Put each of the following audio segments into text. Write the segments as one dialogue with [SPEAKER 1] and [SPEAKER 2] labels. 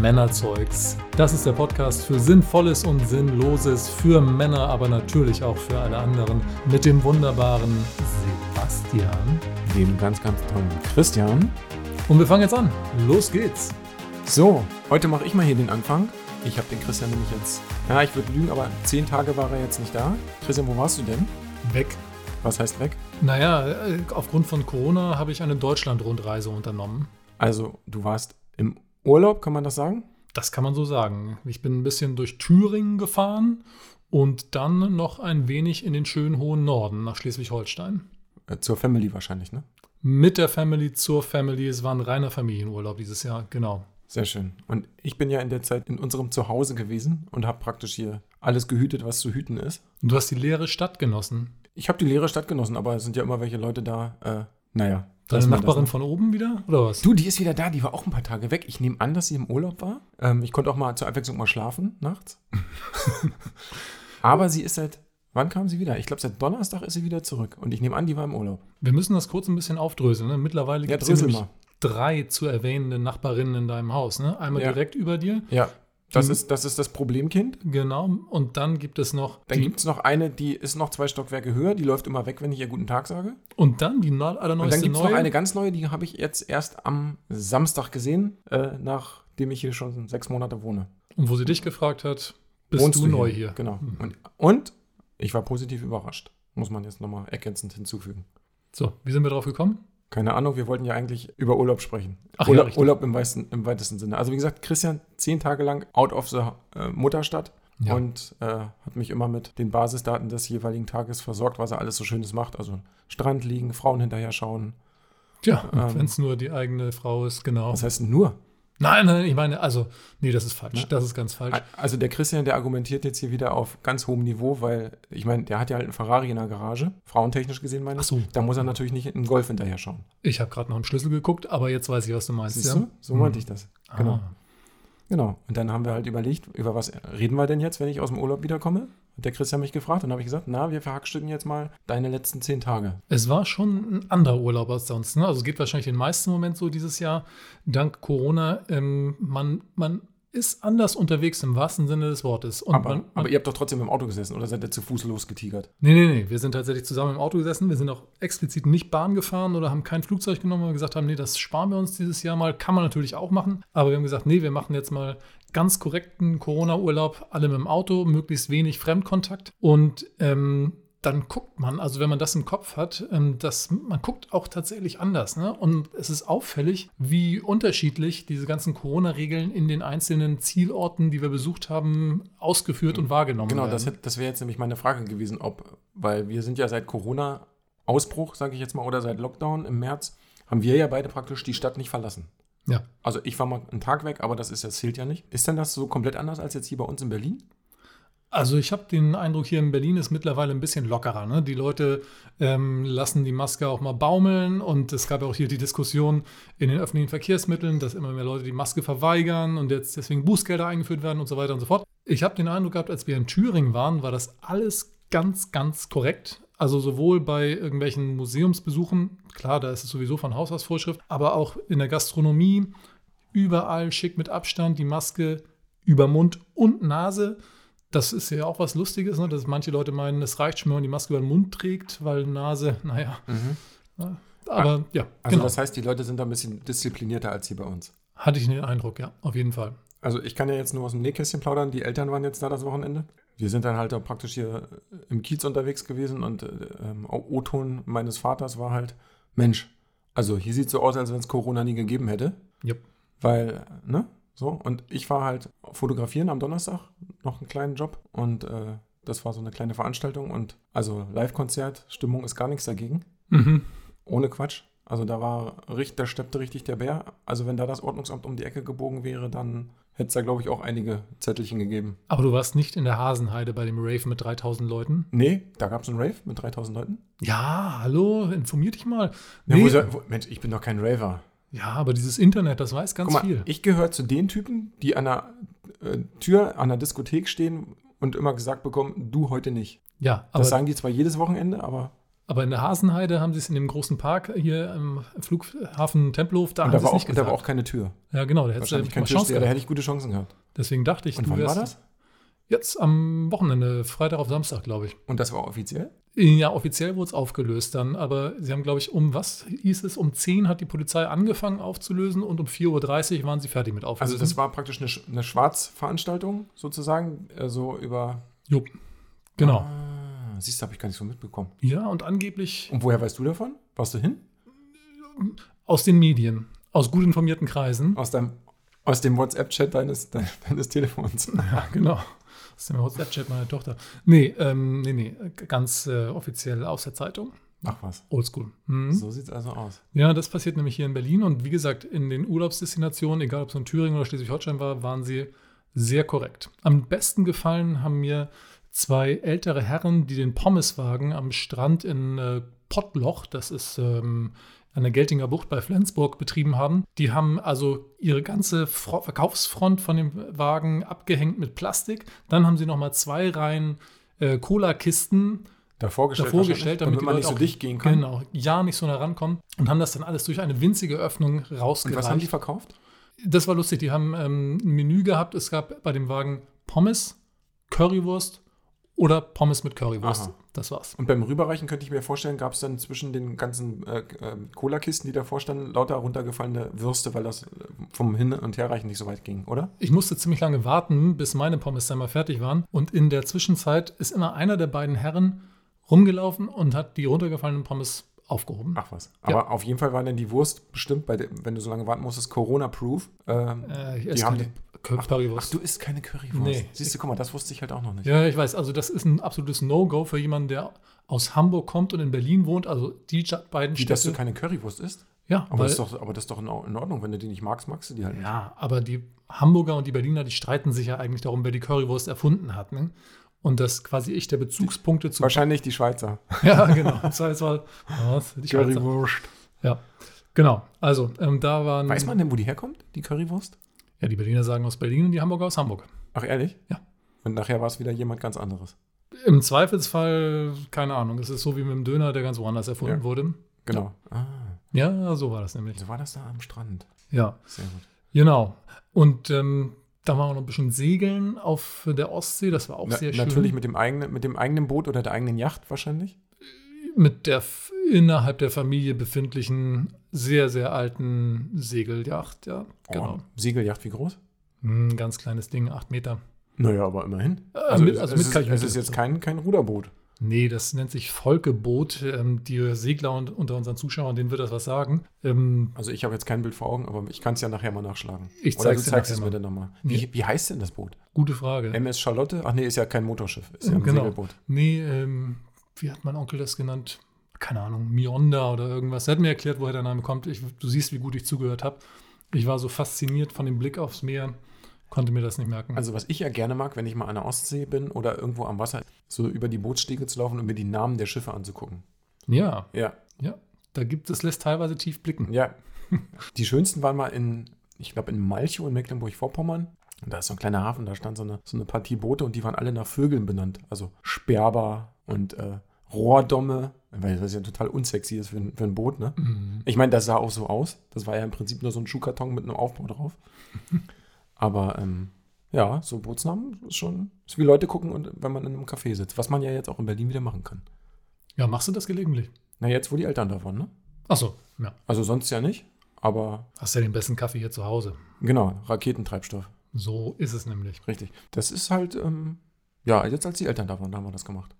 [SPEAKER 1] Männerzeugs. Das ist der Podcast für Sinnvolles und Sinnloses, für Männer, aber natürlich auch für alle anderen, mit dem wunderbaren Sebastian.
[SPEAKER 2] Dem ganz, ganz tollen Christian.
[SPEAKER 1] Und wir fangen jetzt an. Los geht's.
[SPEAKER 2] So, heute mache ich mal hier den Anfang. Ich habe den Christian nämlich jetzt. Ja, ich würde lügen, aber zehn Tage war er jetzt nicht da. Christian, wo warst du denn?
[SPEAKER 1] Weg.
[SPEAKER 2] Was heißt weg?
[SPEAKER 1] Naja, äh, aufgrund von Corona habe ich eine Deutschlandrundreise unternommen.
[SPEAKER 2] Also, du warst im Urlaub, kann man das sagen?
[SPEAKER 1] Das kann man so sagen. Ich bin ein bisschen durch Thüringen gefahren und dann noch ein wenig in den schönen hohen Norden nach Schleswig-Holstein.
[SPEAKER 2] Äh, Zur Family wahrscheinlich, ne?
[SPEAKER 1] Mit der Family zur Family. Es war ein reiner Familienurlaub dieses Jahr, genau.
[SPEAKER 2] Sehr schön. Und ich bin ja in der Zeit in unserem Zuhause gewesen und habe praktisch hier alles gehütet, was zu hüten ist.
[SPEAKER 1] Und du hast die leere Stadt genossen.
[SPEAKER 2] Ich habe die leere Stadt genossen, aber es sind ja immer welche Leute da. Äh, naja.
[SPEAKER 1] Deine
[SPEAKER 2] lassen wir das,
[SPEAKER 1] Nachbarin
[SPEAKER 2] ne?
[SPEAKER 1] von oben wieder, oder was?
[SPEAKER 2] Du, die ist wieder da, die war auch ein paar Tage weg. Ich nehme an, dass sie im Urlaub war. Ähm, ich konnte auch mal zur Abwechslung mal schlafen nachts. Aber sie ist seit, wann kam sie wieder? Ich glaube, seit Donnerstag ist sie wieder zurück. Und ich nehme an, die war im Urlaub.
[SPEAKER 1] Wir müssen das kurz ein bisschen aufdröseln. Ne? Mittlerweile
[SPEAKER 2] Ja,
[SPEAKER 1] gibt es
[SPEAKER 2] drösel
[SPEAKER 1] nämlich
[SPEAKER 2] mal.
[SPEAKER 1] drei zu erwähnende Nachbarinnen in deinem Haus. Ne? Einmal
[SPEAKER 2] Ja.
[SPEAKER 1] direkt über dir,
[SPEAKER 2] Ja, das,
[SPEAKER 1] Mhm.
[SPEAKER 2] ist, das ist das Problemkind.
[SPEAKER 1] genau. Und dann gibt es noch
[SPEAKER 2] Dann
[SPEAKER 1] die,
[SPEAKER 2] gibt es noch eine, die ist noch zwei Stockwerke höher. Die läuft immer weg, wenn ich ihr guten Tag sage.
[SPEAKER 1] und dann die na-
[SPEAKER 2] Und dann
[SPEAKER 1] allerneueste
[SPEAKER 2] gibt es noch
[SPEAKER 1] neue.
[SPEAKER 2] eine ganz neue, die habe ich jetzt erst am Samstag gesehen, äh, nachdem ich hier schon sechs Monate wohne.
[SPEAKER 1] und wo sie dich gefragt hat, bist
[SPEAKER 2] Wohnst
[SPEAKER 1] du, neu hier? Hm.
[SPEAKER 2] Genau. Und, und ich war positiv überrascht. Muss man jetzt nochmal ergänzend hinzufügen.
[SPEAKER 1] So, wie sind wir drauf gekommen?
[SPEAKER 2] Keine Ahnung, wir wollten ja eigentlich über Urlaub sprechen.
[SPEAKER 1] Ach ja,
[SPEAKER 2] Urlaub,
[SPEAKER 1] richtig.
[SPEAKER 2] Urlaub im, weitesten, im weitesten Sinne. Also wie gesagt, Christian zehn Tage lang out of the äh, Mutterstadt
[SPEAKER 1] Ja.
[SPEAKER 2] und äh, hat mich immer mit den Basisdaten des jeweiligen Tages versorgt, was er alles so Schönes macht. Also Strand liegen, Frauen hinterher schauen.
[SPEAKER 1] Tja,
[SPEAKER 2] Ähm. Also-
[SPEAKER 1] wenn es nur die eigene Frau ist, genau.
[SPEAKER 2] Was heißt denn nur?
[SPEAKER 1] nein, nein, ich meine, also, nee, das ist falsch.
[SPEAKER 2] Ne?
[SPEAKER 1] Das ist ganz falsch.
[SPEAKER 2] A- Also der Christian, der argumentiert jetzt hier wieder auf ganz hohem Niveau, weil ich meine, der hat ja halt einen Ferrari in der Garage, frauentechnisch gesehen meine
[SPEAKER 1] Ach
[SPEAKER 2] ich.
[SPEAKER 1] so,
[SPEAKER 2] Da muss er natürlich nicht im Golf hinterher schauen.
[SPEAKER 1] ich habe gerade noch im Schlüssel geguckt, aber jetzt weiß ich, was du meinst.
[SPEAKER 2] Siehst
[SPEAKER 1] Ja? Mhm.
[SPEAKER 2] du? So meinte ich das. Genau.
[SPEAKER 1] Ah.
[SPEAKER 2] Genau. Und dann haben wir halt überlegt, über was reden wir denn jetzt, wenn ich aus dem Urlaub wiederkomme? Und der Christian mich gefragt und habe ich gesagt, na, wir verhackstücken jetzt mal deine letzten zehn Tage.
[SPEAKER 1] Es war schon ein anderer Urlaub als sonst. Ne? Also es geht wahrscheinlich den meisten Moment so dieses Jahr, dank Corona. Ähm, man, man ist anders unterwegs im wahrsten Sinne des Wortes. Und
[SPEAKER 2] Aber,
[SPEAKER 1] man, man,
[SPEAKER 2] aber ihr habt doch trotzdem im Auto gesessen oder seid ihr zu Fuß losgetigert?
[SPEAKER 1] nee, nee, nee. Wir sind tatsächlich zusammen im Auto gesessen. Wir sind auch explizit nicht Bahn gefahren oder haben kein Flugzeug genommen, weil wir gesagt haben, nee, das sparen wir uns dieses Jahr mal. Kann man natürlich auch machen. Aber wir haben gesagt, nee, wir machen jetzt mal ganz korrekten Corona-Urlaub, alle mit dem Auto, möglichst wenig Fremdkontakt. Und ähm, dann guckt man, also wenn man das im Kopf hat, ähm, dass man guckt auch tatsächlich anders. Ne? Und es ist auffällig, wie unterschiedlich diese ganzen Corona-Regeln in den einzelnen Zielorten, die wir besucht haben, ausgeführt und wahrgenommen
[SPEAKER 2] Genau,
[SPEAKER 1] werden.
[SPEAKER 2] das, hätt- das wäre jetzt nämlich meine Frage gewesen, ob, weil wir sind ja seit Corona-Ausbruch, sage ich jetzt mal, oder seit Lockdown im März, haben wir ja beide praktisch die Stadt nicht verlassen.
[SPEAKER 1] ja.
[SPEAKER 2] Also ich war mal einen Tag weg, aber das ist ja, das zählt ja nicht. Ist denn das so komplett anders als jetzt hier bei uns in Berlin?
[SPEAKER 1] Also ich habe den Eindruck, hier in Berlin ist mittlerweile ein bisschen lockerer. Ne? Die Leute ähm, lassen die Maske auch mal baumeln und es gab ja auch hier die Diskussion in den öffentlichen Verkehrsmitteln, dass immer mehr Leute die Maske verweigern und jetzt deswegen Bußgelder eingeführt werden und so weiter und so fort. Ich habe den Eindruck gehabt, als wir in Thüringen waren, war das alles ganz, ganz korrekt. Also sowohl bei irgendwelchen Museumsbesuchen, klar, da ist es sowieso von Haus aus Vorschrift, aber auch in der Gastronomie, überall schick mit Abstand, die Maske über Mund und Nase. Das ist ja auch was Lustiges, ne? dass manche Leute meinen, es reicht schon, wenn man die Maske über den Mund trägt, weil Nase, naja. Ne? Aber ja,
[SPEAKER 2] Mhm. Also
[SPEAKER 1] genau.
[SPEAKER 2] das heißt, die Leute sind da ein bisschen disziplinierter als hier bei uns.
[SPEAKER 1] Hatte ich den Eindruck, ja, auf jeden Fall.
[SPEAKER 2] Also ich kann ja jetzt nur aus dem Nähkästchen plaudern, die Eltern waren jetzt da das Wochenende. Wir sind dann halt auch praktisch hier äh, im Kiez unterwegs gewesen und äh, ähm, O-Ton meines Vaters war halt, Mensch, also hier sieht so aus, als wenn es Corona nie gegeben hätte.
[SPEAKER 1] Jupp.
[SPEAKER 2] Weil, ne? So, und ich war halt fotografieren am Donnerstag, noch einen kleinen Job und äh, das war so eine kleine Veranstaltung und also Live-Konzert, Stimmung ist gar nichts dagegen.
[SPEAKER 1] Mhm.
[SPEAKER 2] Ohne Quatsch. Also da war richtig, da steppte richtig der Bär. Also wenn da das Ordnungsamt um die Ecke gebogen wäre, dann hätte es da, glaube ich, auch einige Zettelchen gegeben.
[SPEAKER 1] Aber du warst nicht in der Hasenheide bei dem Rave mit 3000 Leuten?
[SPEAKER 2] Nee, da gab es einen Rave mit 3000 Leuten.
[SPEAKER 1] Ja, hallo, informier dich mal.
[SPEAKER 2] Ja,
[SPEAKER 1] Nee,
[SPEAKER 2] wo soll, wo, Mensch, ich bin doch kein Raver.
[SPEAKER 1] ja, aber dieses Internet, das weiß ganz
[SPEAKER 2] Guck mal,
[SPEAKER 1] viel.
[SPEAKER 2] ich gehöre zu den Typen, die an der äh, Tür, an der Diskothek stehen und immer gesagt bekommen, du heute nicht.
[SPEAKER 1] ja,
[SPEAKER 2] Das
[SPEAKER 1] aber
[SPEAKER 2] sagen die zwar jedes Wochenende, aber
[SPEAKER 1] Aber in der Hasenheide haben sie es in dem großen Park hier im Flughafen Tempelhof, da
[SPEAKER 2] Und
[SPEAKER 1] haben
[SPEAKER 2] da
[SPEAKER 1] sie
[SPEAKER 2] war,
[SPEAKER 1] es
[SPEAKER 2] auch,
[SPEAKER 1] nicht
[SPEAKER 2] da war
[SPEAKER 1] gesagt.
[SPEAKER 2] auch keine Tür.
[SPEAKER 1] Ja, genau, da hättest du
[SPEAKER 2] Wahrscheinlich
[SPEAKER 1] eine
[SPEAKER 2] kein Tisch,
[SPEAKER 1] Chance
[SPEAKER 2] da
[SPEAKER 1] gehabt.
[SPEAKER 2] hätte ich gute Chancen gehabt.
[SPEAKER 1] Deswegen dachte ich,
[SPEAKER 2] Und
[SPEAKER 1] du
[SPEAKER 2] wann war
[SPEAKER 1] wärst
[SPEAKER 2] das?
[SPEAKER 1] jetzt am Wochenende, Freitag auf Samstag, glaube ich.
[SPEAKER 2] Und das war offiziell?
[SPEAKER 1] Ja, offiziell wurde es aufgelöst dann, aber sie haben, glaube ich, um was hieß es? Um 10 hat die Polizei angefangen aufzulösen und um 4.30 Uhr waren sie fertig mit auflösen.
[SPEAKER 2] Also das war praktisch eine, Sch- eine Schwarzveranstaltung sozusagen, äh, so über...
[SPEAKER 1] Jo, genau.
[SPEAKER 2] Ah, siehst du, habe ich gar nicht so mitbekommen.
[SPEAKER 1] Ja, und angeblich
[SPEAKER 2] Und woher weißt du davon? Warst du hin?
[SPEAKER 1] aus den Medien, aus gut informierten Kreisen.
[SPEAKER 2] Aus, deinem, aus dem WhatsApp-Chat deines, de, deines Telefons.
[SPEAKER 1] Ja, genau. Aus dem WhatsApp-Chat meiner Tochter. Nee, ähm, nee, nee, ganz äh, offiziell aus der Zeitung.
[SPEAKER 2] Ach was,
[SPEAKER 1] Oldschool. Mhm.
[SPEAKER 2] so sieht's also aus.
[SPEAKER 1] Ja, das passiert nämlich hier in Berlin und wie gesagt, in den Urlaubsdestinationen, egal ob es in Thüringen oder Schleswig-Holstein war, waren sie sehr korrekt. Am besten gefallen haben mir zwei ältere Herren, die den Pommeswagen am Strand in äh, Pottloch, das ist ähm, an der Geltinger Bucht bei Flensburg, betrieben haben. Die haben also ihre ganze Fro Verkaufsfront von dem Wagen abgehängt mit Plastik. Dann haben sie nochmal zwei Reihen äh, Cola-Kisten
[SPEAKER 2] Davor gestellt,
[SPEAKER 1] davor gestellt,
[SPEAKER 2] wahrscheinlich,
[SPEAKER 1] damit, die
[SPEAKER 2] man nicht
[SPEAKER 1] Leute
[SPEAKER 2] so
[SPEAKER 1] auch
[SPEAKER 2] dicht gehen kann.
[SPEAKER 1] Genau, ja nicht so nah rankommen und haben das dann alles durch eine winzige Öffnung
[SPEAKER 2] Und was haben die
[SPEAKER 1] rausgereicht.
[SPEAKER 2] verkauft?
[SPEAKER 1] Das war lustig. Die haben ähm, ein Menü gehabt. Es gab bei dem Wagen Pommes, Currywurst oder Pommes mit Currywurst.
[SPEAKER 2] Aha.
[SPEAKER 1] Das war's.
[SPEAKER 2] Und beim Rüberreichen könnte ich mir vorstellen, gab es dann zwischen den ganzen äh, äh, Cola-Kisten, die davor standen, lauter runtergefallene Würste, weil das äh, vom Hin- und Herreichen nicht so weit ging, oder?
[SPEAKER 1] Ich musste ziemlich lange warten, bis meine Pommes dann mal fertig waren. Und in der Zwischenzeit ist immer einer der beiden Herren rumgelaufen und hat die runtergefallenen Pommes aufgehoben.
[SPEAKER 2] Ach was. Aber auf jeden Fall war dann die Wurst bestimmt, bei der, wenn du so lange warten musstest, Corona-proof. Ähm,
[SPEAKER 1] Äh, ich
[SPEAKER 2] die
[SPEAKER 1] esse
[SPEAKER 2] haben
[SPEAKER 1] keine Cur- Currywurst.
[SPEAKER 2] Ach, du isst keine Currywurst.
[SPEAKER 1] Nee.
[SPEAKER 2] Siehst du, guck mal, das wusste ich halt auch noch nicht.
[SPEAKER 1] Ja, ich weiß. Also das ist ein absolutes No-Go für jemanden, der aus Hamburg kommt und in Berlin wohnt. Also die Stadt- beiden
[SPEAKER 2] Wie, dass du
[SPEAKER 1] Städte.
[SPEAKER 2] keine Currywurst isst?
[SPEAKER 1] ja,
[SPEAKER 2] Aber,
[SPEAKER 1] weil,
[SPEAKER 2] das ist, doch, aber das ist doch in Or- in Ordnung. Wenn du die nicht magst, magst du die halt nicht.
[SPEAKER 1] ja, aber die Hamburger und die Berliner, die streiten sich ja eigentlich darum, wer die Currywurst erfunden hat. Ne? Und dass quasi ich der Bezugspunkte zu.
[SPEAKER 2] Wahrscheinlich die Schweizer.
[SPEAKER 1] ja, genau. Das heißt mal, was, die Schweizer. Ja, genau. Also ähm, da waren.
[SPEAKER 2] Weiß man denn, wo die herkommt, die Currywurst?
[SPEAKER 1] Ja, die Berliner sagen aus Berlin und die Hamburger aus Hamburg.
[SPEAKER 2] Ach, ehrlich?
[SPEAKER 1] Ja.
[SPEAKER 2] Und nachher war es wieder jemand ganz anderes.
[SPEAKER 1] Im Zweifelsfall, keine Ahnung. Es ist so wie mit dem Döner, der ganz woanders erfunden
[SPEAKER 2] Ja.
[SPEAKER 1] wurde.
[SPEAKER 2] Genau. Ah,
[SPEAKER 1] Ja, so war das nämlich.
[SPEAKER 2] so war das da am Strand.
[SPEAKER 1] Ja.
[SPEAKER 2] Sehr gut.
[SPEAKER 1] Genau. Und ähm, da waren wir noch ein bisschen segeln auf der Ostsee. Das war auch
[SPEAKER 2] Na,
[SPEAKER 1] sehr schön.
[SPEAKER 2] natürlich mit dem, eigenen, mit dem eigenen Boot oder der eigenen Yacht wahrscheinlich.
[SPEAKER 1] mit der f- innerhalb der Familie befindlichen, sehr, sehr alten Segeljacht. Ja, genau.
[SPEAKER 2] Oh, Segeljacht, wie groß?
[SPEAKER 1] Ein ganz kleines Ding, acht Meter.
[SPEAKER 2] Naja, aber immerhin.
[SPEAKER 1] Äh, mit- also
[SPEAKER 2] es,
[SPEAKER 1] mit
[SPEAKER 2] ist,
[SPEAKER 1] Kajüte.
[SPEAKER 2] es ist jetzt kein, kein Ruderboot.
[SPEAKER 1] Nee, das nennt sich Volkeboot. Ähm, die Segler und, unter unseren Zuschauern, denen wird das was sagen. Ähm,
[SPEAKER 2] Also ich habe jetzt kein Bild vor Augen, aber ich kann es ja nachher mal nachschlagen.
[SPEAKER 1] Ich
[SPEAKER 2] Oder du
[SPEAKER 1] zeig's dir
[SPEAKER 2] zeigst
[SPEAKER 1] nachher
[SPEAKER 2] es
[SPEAKER 1] mal.
[SPEAKER 2] mir dann nochmal. Wie,
[SPEAKER 1] Nee.
[SPEAKER 2] wie heißt denn das Boot?
[SPEAKER 1] gute Frage.
[SPEAKER 2] MS Charlotte? Ach nee, ist ja kein Motorschiff, ist ja ein
[SPEAKER 1] Genau.
[SPEAKER 2] Segelboot.
[SPEAKER 1] Nee, ähm, wie hat mein Onkel das genannt? Keine Ahnung, Mionda oder irgendwas. Er hat mir erklärt, woher der Name kommt. Ich, du siehst, wie gut ich zugehört habe. Ich war so fasziniert von dem Blick aufs Meer, konnte mir das nicht merken.
[SPEAKER 2] Also was ich ja gerne mag, wenn ich mal an der Ostsee bin oder irgendwo am Wasser, so über die Bootsstege zu laufen und mir die Namen der Schiffe anzugucken.
[SPEAKER 1] ja,
[SPEAKER 2] Ja,
[SPEAKER 1] ja. Da gibt es, lässt teilweise tief blicken.
[SPEAKER 2] ja. die schönsten waren mal in, ich glaube in Malchow in Mecklenburg-Vorpommern. Und da ist so ein kleiner Hafen, da stand so eine, so eine Partie Boote und die waren alle nach Vögeln benannt. Also Sperber und äh, Rohrdomme, weil das ja total unsexy ist für, ein- für ein Boot, ne?
[SPEAKER 1] Mhm.
[SPEAKER 2] Ich meine, das sah auch so aus. Das war ja im Prinzip nur so ein Schuhkarton mit einem Aufbau drauf. Aber ähm, ja, so Bootsnamen ist schon. Ist wie Leute gucken, und wenn man in einem Café sitzt. Was man ja jetzt auch in Berlin wieder machen kann.
[SPEAKER 1] Ja, machst du das gelegentlich?
[SPEAKER 2] Na, jetzt, wo die Eltern da waren, ne?
[SPEAKER 1] Achso, ja.
[SPEAKER 2] Also sonst ja nicht. Aber
[SPEAKER 1] Hast ja den besten Kaffee hier zu Hause.
[SPEAKER 2] genau, Raketentreibstoff.
[SPEAKER 1] So ist es nämlich.
[SPEAKER 2] Richtig. Das ist halt, ähm, ja, jetzt als die Eltern da waren, da haben wir das gemacht.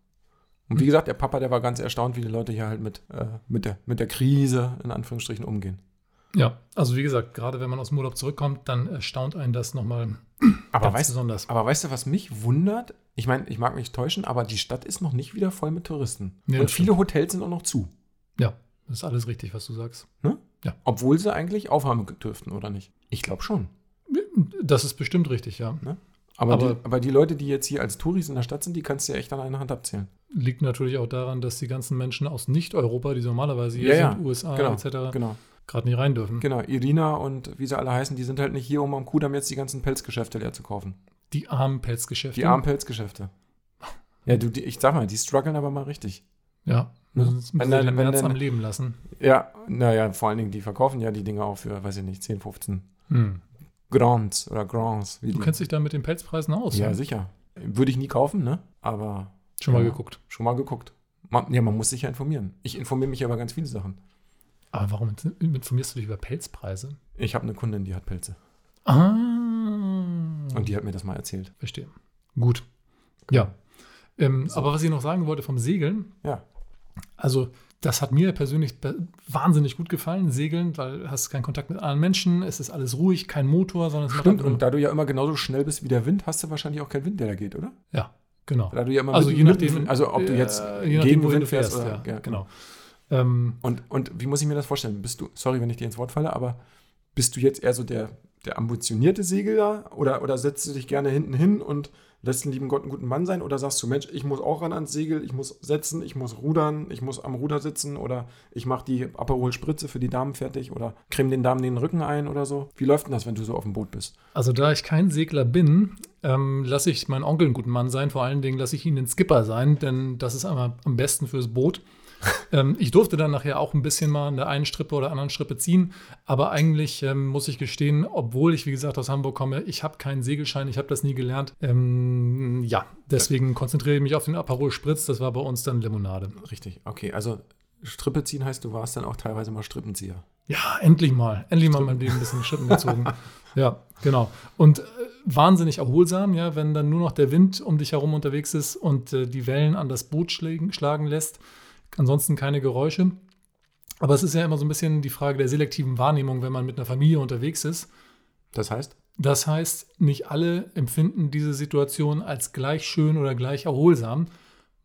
[SPEAKER 2] Und wie gesagt, der Papa, der war ganz erstaunt, wie die Leute hier halt mit, äh, mit, der, mit der Krise in Anführungsstrichen umgehen.
[SPEAKER 1] Ja, also wie gesagt, gerade wenn man aus dem Urlaub zurückkommt, dann erstaunt einen das nochmal
[SPEAKER 2] Aber
[SPEAKER 1] ganz
[SPEAKER 2] weißt
[SPEAKER 1] besonders.
[SPEAKER 2] Aber weißt du, was mich wundert? Ich meine, ich mag mich täuschen, aber die Stadt ist noch nicht wieder voll mit Touristen.
[SPEAKER 1] Ja,
[SPEAKER 2] und
[SPEAKER 1] das
[SPEAKER 2] viele Hotels sind auch noch zu.
[SPEAKER 1] Ja, das ist alles richtig, was du sagst.
[SPEAKER 2] Obwohl sie eigentlich aufhaben dürften, oder nicht? Ich glaube schon.
[SPEAKER 1] Das ist bestimmt richtig, ja.
[SPEAKER 2] Aber,
[SPEAKER 1] Aber-
[SPEAKER 2] die, aber die Leute, die jetzt hier als Touris in der Stadt sind, die kannst du ja echt an einer Hand abzählen.
[SPEAKER 1] Liegt natürlich auch daran, dass die ganzen Menschen aus Nicht-Europa, die so normalerweise hier
[SPEAKER 2] Ja,
[SPEAKER 1] sind,
[SPEAKER 2] ja.
[SPEAKER 1] USA
[SPEAKER 2] Genau,
[SPEAKER 1] etc.,
[SPEAKER 2] Genau.
[SPEAKER 1] gerade nicht rein dürfen.
[SPEAKER 2] Genau. Irina und wie sie alle heißen, die sind halt nicht hier, um am Kudamm jetzt die ganzen Pelzgeschäfte leer zu kaufen.
[SPEAKER 1] Die armen Pelzgeschäfte.
[SPEAKER 2] Die armen Pelzgeschäfte. Ja, du, die, ich sag mal, die strugglen aber mal richtig.
[SPEAKER 1] Ja, Ne? Sonst müssen
[SPEAKER 2] Wenn
[SPEAKER 1] sie
[SPEAKER 2] dann-
[SPEAKER 1] den
[SPEAKER 2] wenn
[SPEAKER 1] März
[SPEAKER 2] dann-
[SPEAKER 1] am Leben lassen.
[SPEAKER 2] Ja, naja, vor allen Dingen, die verkaufen ja die Dinger auch für, weiß ich nicht, 10, 15
[SPEAKER 1] Hm.
[SPEAKER 2] Grands oder Grands. Wie
[SPEAKER 1] Du
[SPEAKER 2] die-
[SPEAKER 1] kennst dich da mit den Pelzpreisen aus.
[SPEAKER 2] ja,
[SPEAKER 1] ne?
[SPEAKER 2] sicher. Genau. Würde ich nie kaufen, ne? Aber
[SPEAKER 1] Schon mal
[SPEAKER 2] ja.
[SPEAKER 1] geguckt.
[SPEAKER 2] schon mal geguckt. Man, ja, man muss sich ja informieren. Ich informiere mich über ganz viele Sachen.
[SPEAKER 1] Aber warum in- informierst du dich über Pelzpreise?
[SPEAKER 2] Ich habe eine Kundin, die hat Pilze.
[SPEAKER 1] Ah.
[SPEAKER 2] Und die hat mir das mal erzählt.
[SPEAKER 1] Verstehe. Gut. Ja. Ähm, Aber was ich noch sagen wollte vom Segeln.
[SPEAKER 2] Ja.
[SPEAKER 1] Also, das hat mir persönlich be- wahnsinnig gut gefallen, Segeln, weil du hast keinen Kontakt mit anderen Menschen, es ist alles ruhig, kein Motor, sondern es
[SPEAKER 2] Stimmt,
[SPEAKER 1] macht einfach
[SPEAKER 2] und da du ja immer genauso schnell bist wie der Wind, hast du wahrscheinlich auch keinen Wind, der da geht, oder?
[SPEAKER 1] nur- Ja, genau.
[SPEAKER 2] Da du ja immer
[SPEAKER 1] Also
[SPEAKER 2] mit-
[SPEAKER 1] je
[SPEAKER 2] mit-
[SPEAKER 1] nachdem,
[SPEAKER 2] also ob du
[SPEAKER 1] äh,
[SPEAKER 2] jetzt
[SPEAKER 1] je nachdem,
[SPEAKER 2] gegen
[SPEAKER 1] wohin
[SPEAKER 2] Wind
[SPEAKER 1] du fährst,
[SPEAKER 2] oder-
[SPEAKER 1] ja, genau. Ähm,
[SPEAKER 2] Und, und wie muss ich mir das vorstellen? Bist du, sorry, wenn ich dir ins Wort falle, aber bist du jetzt eher so der, der ambitionierte Segler oder, oder setzt du dich gerne hinten hin und lässt den lieben Gott einen guten Mann sein oder sagst du, Mensch, ich muss auch ran ans Segel, ich muss setzen, ich muss rudern, ich muss am Ruder sitzen oder ich mache die Aperol-Spritze für die Damen fertig oder creme den Damen den Rücken ein oder so? Wie läuft denn das, wenn du so auf dem Boot bist?
[SPEAKER 1] also da ich kein Segler bin, ähm, lasse ich meinen Onkel einen guten Mann sein, vor allen Dingen lasse ich ihn den Skipper sein, denn das ist einmal am besten fürs Boot. ähm, ich durfte dann nachher auch ein bisschen mal an der einen Strippe oder anderen Strippe ziehen, aber eigentlich ähm, muss ich gestehen, obwohl ich, wie gesagt, aus Hamburg komme, ich habe keinen Segelschein, ich habe das nie gelernt. Ähm, ja, deswegen konzentriere ich mich auf den Aperol Spritz, das war bei uns dann Limonade.
[SPEAKER 2] Richtig, okay, also Strippe ziehen heißt, du warst dann auch teilweise mal Strippenzieher.
[SPEAKER 1] Ja, endlich mal. Endlich mal mein Leben ein bisschen Schippen gezogen. ja, genau. Und äh, wahnsinnig erholsam, ja, wenn dann nur noch der Wind um dich herum unterwegs ist und äh, die Wellen an das Boot schlägen, schlagen lässt. Ansonsten keine Geräusche. Aber es ist ja immer so ein bisschen die Frage der selektiven Wahrnehmung, wenn man mit einer Familie unterwegs ist.
[SPEAKER 2] Das heißt?
[SPEAKER 1] Das heißt, nicht alle empfinden diese Situation als gleich schön oder gleich erholsam.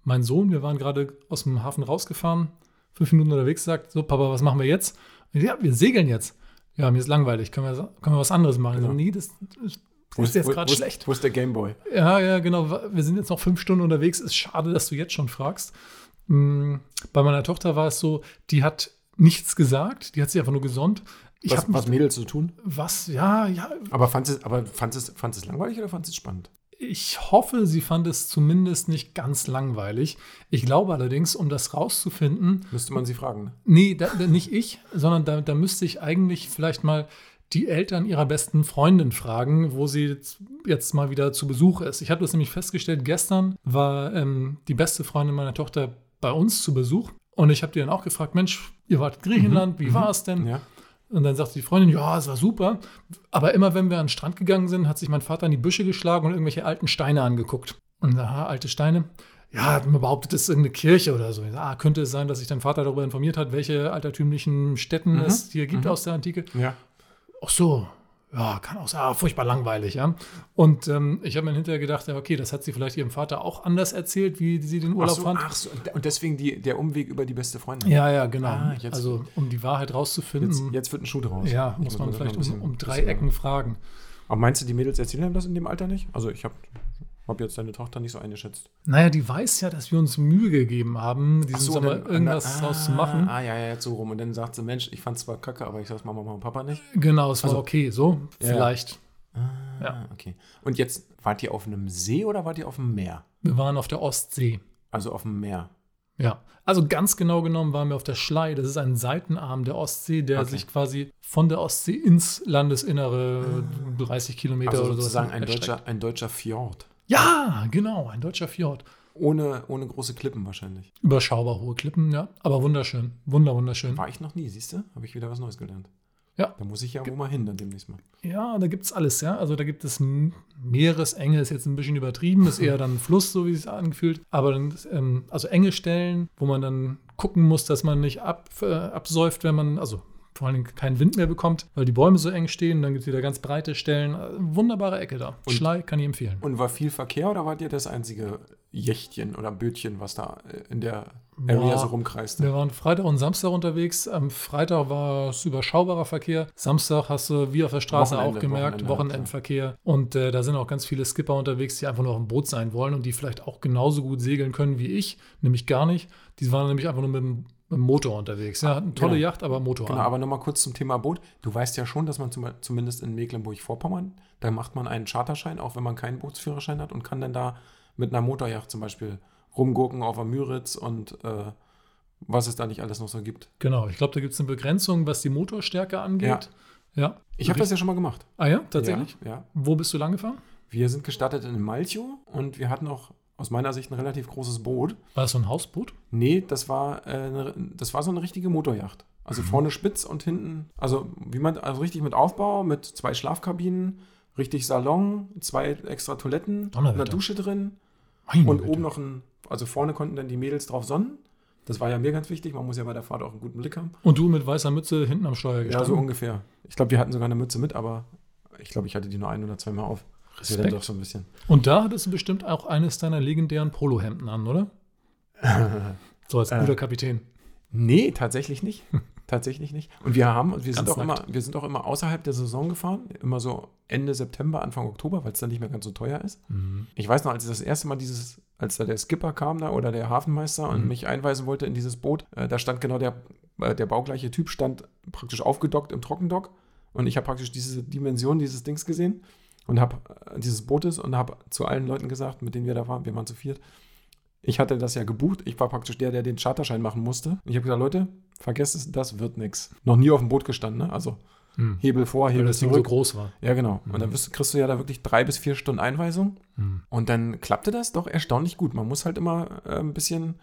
[SPEAKER 1] Mein Sohn, wir waren gerade aus dem Hafen rausgefahren, fünf Minuten unterwegs, sagt, so Papa, was machen wir jetzt? Und ich, ja, wir segeln jetzt. Ja, mir ist langweilig, können wir, können wir was anderes machen? Ich so,
[SPEAKER 2] Ja.
[SPEAKER 1] Nee, das ist jetzt gerade schlecht.
[SPEAKER 2] Wo ist der Gameboy?
[SPEAKER 1] Ja, ja, genau. Wir sind jetzt noch fünf Stunden unterwegs. Ist schade, dass du jetzt schon fragst. Hm, Bei meiner Tochter war es so, die hat nichts gesagt, die hat sich einfach nur gesonnt. Ich
[SPEAKER 2] Was,
[SPEAKER 1] habe
[SPEAKER 2] was
[SPEAKER 1] was,
[SPEAKER 2] Mädels zu tun?
[SPEAKER 1] was, ja, ja,
[SPEAKER 2] Aber fandest es, aber fand's es, fand's es langweilig oder fandest es spannend?
[SPEAKER 1] Ich hoffe, sie fand es zumindest nicht ganz langweilig. Ich glaube allerdings, um das rauszufinden,
[SPEAKER 2] Müsste man sie fragen. Ne?
[SPEAKER 1] nee, da, da, nicht ich, sondern da, da müsste ich eigentlich vielleicht mal die Eltern ihrer besten Freundin fragen, wo sie jetzt, jetzt mal wieder zu Besuch ist. Ich habe das nämlich festgestellt, gestern war ähm, die beste Freundin meiner Tochter bei uns zu Besuch und ich habe die dann auch gefragt, Mensch, ihr wart in Griechenland, wie war es denn?
[SPEAKER 2] Ja.
[SPEAKER 1] Und dann sagte die Freundin, ja, es war super. Aber immer wenn wir an den Strand gegangen sind, hat sich mein Vater in die Büsche geschlagen und irgendwelche alten Steine angeguckt. Und aha, alte Steine. Ja, hat man behauptet, es ist irgendeine Kirche oder so. Ich sag, Ah, könnte es sein, dass sich dein Vater darüber informiert hat, welche altertümlichen Stätten
[SPEAKER 2] Mhm.
[SPEAKER 1] es hier gibt
[SPEAKER 2] Mhm.
[SPEAKER 1] aus der Antike?
[SPEAKER 2] ja.
[SPEAKER 1] Ach so, ja, kann auch sein, ah, furchtbar langweilig, ja. Und ähm, ich habe mir hinterher gedacht, ja, okay, das hat sie vielleicht ihrem Vater auch anders erzählt, wie sie den
[SPEAKER 2] Ach
[SPEAKER 1] Urlaub
[SPEAKER 2] so, ah.
[SPEAKER 1] fand.
[SPEAKER 2] ach so, und deswegen die, der Umweg über die beste Freundin.
[SPEAKER 1] Ja, ja, genau.
[SPEAKER 2] Ah, jetzt-
[SPEAKER 1] also, um die Wahrheit rauszufinden,
[SPEAKER 2] Jetzt, jetzt wird ein Schuh draus.
[SPEAKER 1] ja,
[SPEAKER 2] Jetzt
[SPEAKER 1] muss man
[SPEAKER 2] das
[SPEAKER 1] vielleicht
[SPEAKER 2] noch ein
[SPEAKER 1] um, um drei
[SPEAKER 2] bisschen-
[SPEAKER 1] Ecken fragen.
[SPEAKER 2] Aber meinst du, die Mädels erzählen einem das in dem Alter nicht? Also ich habe hab jetzt deine Tochter nicht so eingeschätzt.
[SPEAKER 1] Naja, die weiß ja, dass wir uns Mühe gegeben haben, diesen
[SPEAKER 2] so,
[SPEAKER 1] Sommer
[SPEAKER 2] dann-
[SPEAKER 1] irgendwas
[SPEAKER 2] ah,
[SPEAKER 1] draus zu machen.
[SPEAKER 2] Ah, ja, ja, jetzt so rum. Und dann sagt sie, Mensch, ich fand's zwar kacke, aber ich sag's Mama, Mama und Papa nicht.
[SPEAKER 1] Genau, es war
[SPEAKER 2] also-
[SPEAKER 1] okay, so.
[SPEAKER 2] Ja.
[SPEAKER 1] Vielleicht.
[SPEAKER 2] Ah,
[SPEAKER 1] Ja.
[SPEAKER 2] okay. Und jetzt, wart ihr auf einem See oder wart ihr auf dem Meer?
[SPEAKER 1] Wir waren auf der Ostsee.
[SPEAKER 2] Also auf dem Meer.
[SPEAKER 1] Ja. Also ganz genau genommen waren wir auf der Schlei. Das ist ein Seitenarm der Ostsee, der
[SPEAKER 2] Okay.
[SPEAKER 1] sich quasi von der Ostsee ins Landesinnere 30 Kilometer
[SPEAKER 2] Also
[SPEAKER 1] oder so.
[SPEAKER 2] sozusagen ein deutscher, ein deutscher Fjord.
[SPEAKER 1] Ja, genau, ein deutscher Fjord.
[SPEAKER 2] Ohne, ohne große Klippen wahrscheinlich.
[SPEAKER 1] Überschaubar hohe Klippen, ja. Aber wunderschön. Wunder, wunderschön.
[SPEAKER 2] War ich noch nie, siehst du? Habe ich wieder was Neues gelernt.
[SPEAKER 1] Mhm. Ja.
[SPEAKER 2] Da muss ich ja wohl mal hin dann demnächst mal.
[SPEAKER 1] Ja, da gibt es alles, ja. Also da gibt es M- Meeresenge, ist jetzt ein bisschen übertrieben, ist eher dann ein Fluss, so wie es angefühlt. Aber dann, ähm, also enge Stellen, wo man dann gucken muss, dass man nicht ab, äh, absäuft, wenn man, also vor allen Dingen keinen Wind mehr bekommt, weil die Bäume so eng stehen. Dann gibt es wieder ganz breite Stellen. Äh, wunderbare Ecke da.
[SPEAKER 2] Und-
[SPEAKER 1] Schlei kann ich empfehlen.
[SPEAKER 2] Und war viel Verkehr oder wart ihr das einzige Jächtchen oder Bötchen, was da äh, in der
[SPEAKER 1] Boah.
[SPEAKER 2] Area so rumkreiste?
[SPEAKER 1] Wir waren Freitag und Samstag unterwegs. Am Freitag war es überschaubarer Verkehr. Samstag hast du, wie auf der Straße
[SPEAKER 2] Wochenende,
[SPEAKER 1] auch gemerkt,
[SPEAKER 2] Wochenende,
[SPEAKER 1] Wochenendverkehr. Und äh, da sind auch ganz viele Skipper unterwegs, die einfach nur auf dem Boot sein wollen und die vielleicht auch genauso gut segeln können wie ich. Nämlich gar nicht. Die waren nämlich einfach nur mit dem, mit dem Motor unterwegs. Ja, hatten tolle
[SPEAKER 2] Genau.
[SPEAKER 1] Yacht, aber Motor
[SPEAKER 2] Genau,
[SPEAKER 1] an.
[SPEAKER 2] aber nochmal kurz zum Thema Boot. Du weißt ja schon, dass man zum, zumindest in Mecklenburg-Vorpommern, da macht man einen Charterschein, auch wenn man keinen Bootsführerschein hat und kann dann da mit einer Motorjacht zum Beispiel rumgurken auf der Müritz und äh, was es da nicht alles noch so gibt.
[SPEAKER 1] Genau, ich glaube, da gibt es eine Begrenzung, was die Motorstärke angeht. Ja.
[SPEAKER 2] Ich habe das ja schon mal gemacht.
[SPEAKER 1] Ah ja, tatsächlich.
[SPEAKER 2] Ja, ja.
[SPEAKER 1] Wo bist du lang gefahren?
[SPEAKER 2] Wir sind gestartet in Malchow und wir hatten auch aus meiner Sicht ein relativ großes Boot.
[SPEAKER 1] War das so ein Hausboot?
[SPEAKER 2] Nee, das war, äh, eine- das war so eine richtige Motorjacht.
[SPEAKER 1] Mhm.
[SPEAKER 2] Also vorne spitz und hinten, also wie man, also richtig mit Aufbau, mit zwei Schlafkabinen, richtig Salon, zwei extra Toiletten,
[SPEAKER 1] Donnerwetter. Mhm.
[SPEAKER 2] einer Dusche drin
[SPEAKER 1] Meine
[SPEAKER 2] und
[SPEAKER 1] Güte.
[SPEAKER 2] oben noch ein, also vorne konnten dann die Mädels drauf sonnen. Das war ja mir ganz wichtig, man muss ja bei der Fahrt auch einen guten Blick haben.
[SPEAKER 1] Und du mit weißer Mütze hinten am Steuer
[SPEAKER 2] Ja, so
[SPEAKER 1] gestanden.
[SPEAKER 2] ungefähr. Ich glaube, wir hatten sogar eine Mütze mit, aber ich glaube, ich hatte die nur ein oder zweimal auf. Das wäre dann
[SPEAKER 1] Respekt.
[SPEAKER 2] doch so ein bisschen.
[SPEAKER 1] und da hattest du bestimmt auch eines deiner legendären Polohemden an, oder? so als guter Kapitän.
[SPEAKER 2] Nee, tatsächlich nicht. tatsächlich nicht. Und wir haben, und wir sind,
[SPEAKER 1] Ganz
[SPEAKER 2] auch immer,
[SPEAKER 1] nackt.
[SPEAKER 2] wir sind auch immer außerhalb der Saison gefahren, immer so Ende September, Anfang Oktober, weil es dann nicht mehr ganz so teuer ist. Ich weiß noch, als das erste Mal dieses, als da der Skipper kam da oder der Hafenmeister
[SPEAKER 1] Mhm.
[SPEAKER 2] und mich einweisen wollte in dieses Boot, äh, da stand genau der, äh, der baugleiche Typ, stand praktisch aufgedockt im Trockendock und ich habe praktisch diese Dimension dieses Dings gesehen und habe äh, dieses Bootes und habe zu allen Leuten gesagt, mit denen wir da waren, wir waren zu viert, ich hatte das ja gebucht. Ich war praktisch der, der den Charterschein machen musste. Und ich habe gesagt, Leute, vergesst es, das wird nichts. Noch nie auf dem Boot gestanden, ne? Also
[SPEAKER 1] Hm.
[SPEAKER 2] Hebel vor,
[SPEAKER 1] Weil
[SPEAKER 2] Hebel
[SPEAKER 1] das Ding so Mhm.
[SPEAKER 2] zurück.
[SPEAKER 1] groß war.
[SPEAKER 2] ja, genau. Und dann wirst, kriegst du ja da wirklich drei bis vier Stunden Einweisung.
[SPEAKER 1] Hm.
[SPEAKER 2] Und dann klappte das doch erstaunlich gut. Man muss halt immer äh, ein bisschen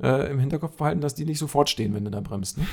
[SPEAKER 2] äh, im Hinterkopf behalten, dass die nicht sofort stehen, wenn du da bremst.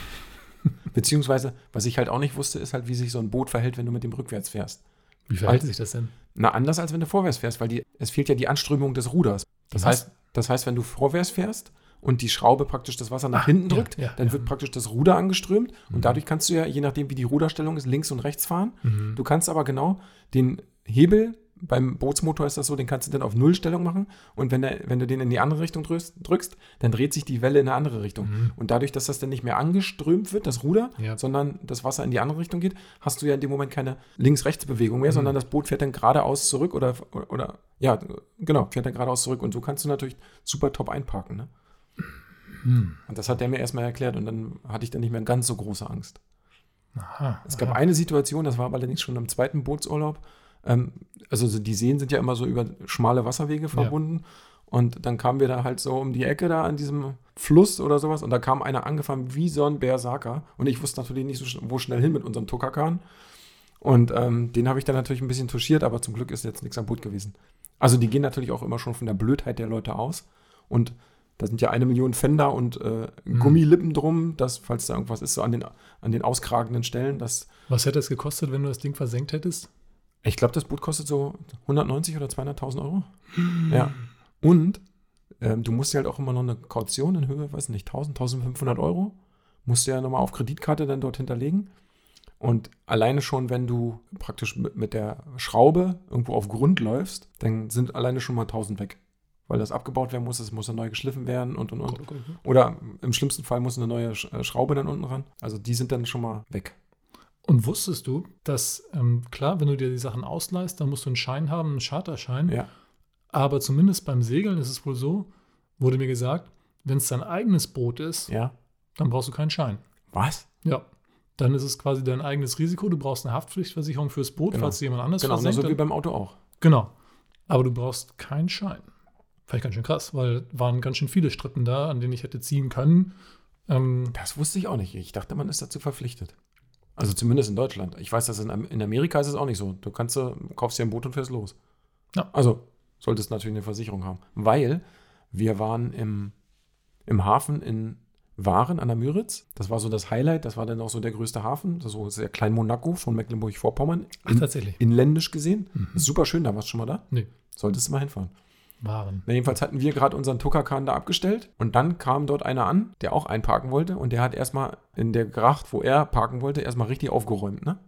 [SPEAKER 2] Ne? Beziehungsweise, was ich halt auch nicht wusste, ist halt, wie sich so ein Boot verhält, wenn du mit dem rückwärts fährst.
[SPEAKER 1] Wie verhält
[SPEAKER 2] Alt-
[SPEAKER 1] sich das denn?
[SPEAKER 2] Na, anders als wenn du vorwärts fährst, weil die, es fehlt ja die Anströmung des Ruders. Das
[SPEAKER 1] Was?
[SPEAKER 2] heißt, das heißt, wenn du vorwärts fährst und die Schraube praktisch das Wasser nach hinten
[SPEAKER 1] Ah, ja,
[SPEAKER 2] drückt,
[SPEAKER 1] ja, Mhm.
[SPEAKER 2] dann
[SPEAKER 1] ja.
[SPEAKER 2] wird praktisch das Ruder angeströmt und dadurch kannst du ja, je nachdem wie die Ruderstellung ist, links und rechts fahren. Du kannst aber genau den Hebel, beim Bootsmotor ist das so, den kannst du dann auf Nullstellung machen und wenn, der, wenn du den in die andere Richtung drückst, drückst, dann dreht sich die Welle in eine andere Richtung. Und dadurch, dass das dann nicht mehr angeströmt wird, das Ruder,
[SPEAKER 1] Ja.
[SPEAKER 2] sondern das Wasser in die andere Richtung geht, hast du ja in dem Moment keine Links-Rechts-Bewegung mehr, sondern das Boot fährt dann geradeaus zurück oder, oder ja, genau, fährt dann geradeaus zurück und so kannst du natürlich super top einparken. Ne?
[SPEAKER 1] Hm,
[SPEAKER 2] Und das hat der mir erstmal erklärt und dann hatte ich dann nicht mehr ganz so große Angst.
[SPEAKER 1] Aha.
[SPEAKER 2] Es gab eine Situation, das war aber allerdings schon im zweiten Bootsurlaub. Ähm, also so die Seen sind ja immer so über schmale Wasserwege verbunden. Und dann kamen wir da halt so um die Ecke da an diesem Fluss oder sowas. Und da kam einer angefangen wie so ein Berserker. Und ich wusste natürlich nicht so schn wo schnell hin mit unserem Tuckerkahn. Und ähm, den habe ich dann natürlich ein bisschen touchiert, aber zum Glück ist jetzt nichts am Boot gewesen. Also die gehen natürlich auch immer schon von der Blödheit der Leute aus. Und da sind ja eine Million Fender und äh, Gummilippen drum, dass, falls da irgendwas ist, so an den, an den auskragenden Stellen, dass
[SPEAKER 1] Was hätte es gekostet, wenn du das Ding versenkt hättest?
[SPEAKER 2] ich glaube, das Boot kostet so 190 oder 200.000 Euro. Ja. Und ähm, du musst ja halt auch immer noch eine Kaution in Höhe, weiß nicht, 1000, 1500 Euro. Musst du ja nochmal auf Kreditkarte dann dort hinterlegen. Und alleine schon, wenn du praktisch mit, mit der Schraube irgendwo auf Grund läufst, dann sind alleine schon mal 1000 weg. Weil das abgebaut werden muss, es muss dann neu geschliffen werden und und und. Oder im schlimmsten Fall muss eine neue Sch- äh, Schraube dann unten ran. Also die sind dann schon mal weg.
[SPEAKER 1] Und wusstest du, dass, ähm, klar, wenn du dir die Sachen ausleihst, dann musst du einen Schein haben, einen Charterschein.
[SPEAKER 2] Ja.
[SPEAKER 1] Aber zumindest beim Segeln ist es wohl so, wurde mir gesagt, wenn es dein eigenes Boot ist,
[SPEAKER 2] Ja.
[SPEAKER 1] dann brauchst du keinen Schein.
[SPEAKER 2] Was?
[SPEAKER 1] Ja. Dann ist es quasi dein eigenes Risiko. Du brauchst eine Haftpflichtversicherung fürs Boot,
[SPEAKER 2] Genau.
[SPEAKER 1] falls jemand anders
[SPEAKER 2] Genau,
[SPEAKER 1] versenkt.
[SPEAKER 2] so wie
[SPEAKER 1] dann-
[SPEAKER 2] beim Auto auch.
[SPEAKER 1] genau. Aber du brauchst keinen Schein. Vielleicht ganz schön krass, weil waren ganz schön viele Strippen da, an denen ich hätte ziehen können. Ähm,
[SPEAKER 2] Das wusste ich auch nicht. Ich dachte, man ist dazu verpflichtet. Also zumindest in Deutschland. Ich weiß, dass in, Am- in Amerika ist es auch nicht so. Du kannst, äh, kaufst dir ein Boot und fährst los.
[SPEAKER 1] Ja.
[SPEAKER 2] Also solltest natürlich eine Versicherung haben. Weil wir waren im, im Hafen in Waren an der Müritz. Das war so das Highlight. Das war dann auch so der größte Hafen. Das ist so sehr klein Monaco von Mecklenburg-Vorpommern.
[SPEAKER 1] ach, tatsächlich. Mhm.
[SPEAKER 2] Inländisch gesehen. Super schön. Da warst du schon mal da.
[SPEAKER 1] Nee,
[SPEAKER 2] Solltest du mal hinfahren.
[SPEAKER 1] waren.
[SPEAKER 2] Na, jedenfalls hatten wir gerade unseren Tuckerkahn da abgestellt und dann kam dort einer an, der auch einparken wollte und der hat erstmal in der Gracht, wo er parken wollte, erstmal richtig aufgeräumt, ne?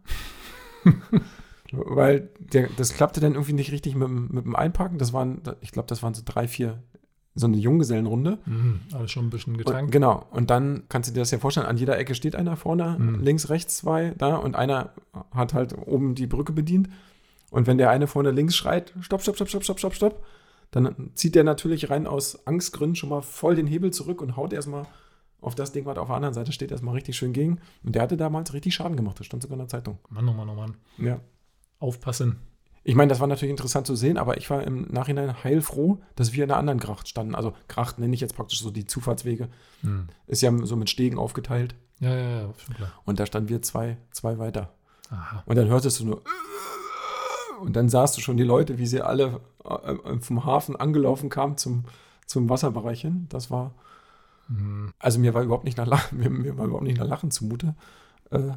[SPEAKER 2] Weil der, das klappte dann irgendwie nicht richtig mit, dem- mit dem Einparken. Das waren, ich glaube, das waren so drei, vier, so eine Junggesellenrunde.
[SPEAKER 1] Mhm, alles schon ein bisschen
[SPEAKER 2] Und,
[SPEAKER 1] getankt.
[SPEAKER 2] genau. Und dann kannst du dir das ja vorstellen, an jeder Ecke steht einer vorne, links, rechts zwei da und einer hat halt oben die Brücke bedient. Und wenn der eine vorne links schreit, stopp, stopp, stopp, stopp, stopp, stopp, stopp, dann zieht der natürlich rein aus Angstgründen schon mal voll den Hebel zurück und haut erstmal auf das Ding, was auf der anderen Seite steht, erstmal richtig schön gegen. Und der hatte damals richtig Schaden gemacht, das stand sogar in der Zeitung.
[SPEAKER 1] Mann, oh Mann, oh Mann.
[SPEAKER 2] Ja.
[SPEAKER 1] Aufpassen.
[SPEAKER 2] Ich meine, das war natürlich interessant zu sehen, aber ich war im Nachhinein heilfroh, dass wir in einer anderen Gracht standen. Also Gracht nenne ich jetzt praktisch so die Zufahrtswege.
[SPEAKER 1] Hm.
[SPEAKER 2] Ist ja so mit Stegen aufgeteilt.
[SPEAKER 1] Ja, ja, ja, schon klar.
[SPEAKER 2] Und da standen wir zwei, zwei weiter.
[SPEAKER 1] Aha.
[SPEAKER 2] Und dann hörtest du nur. Und dann sahst du schon die Leute, wie sie alle äh, äh, vom Hafen angelaufen kamen zum, zum Wasserbereich hin. Das war.
[SPEAKER 1] Hm.
[SPEAKER 2] Also mir war überhaupt nicht nach Lachen, mir, mir war überhaupt nicht nach Lachen zumute. Äh,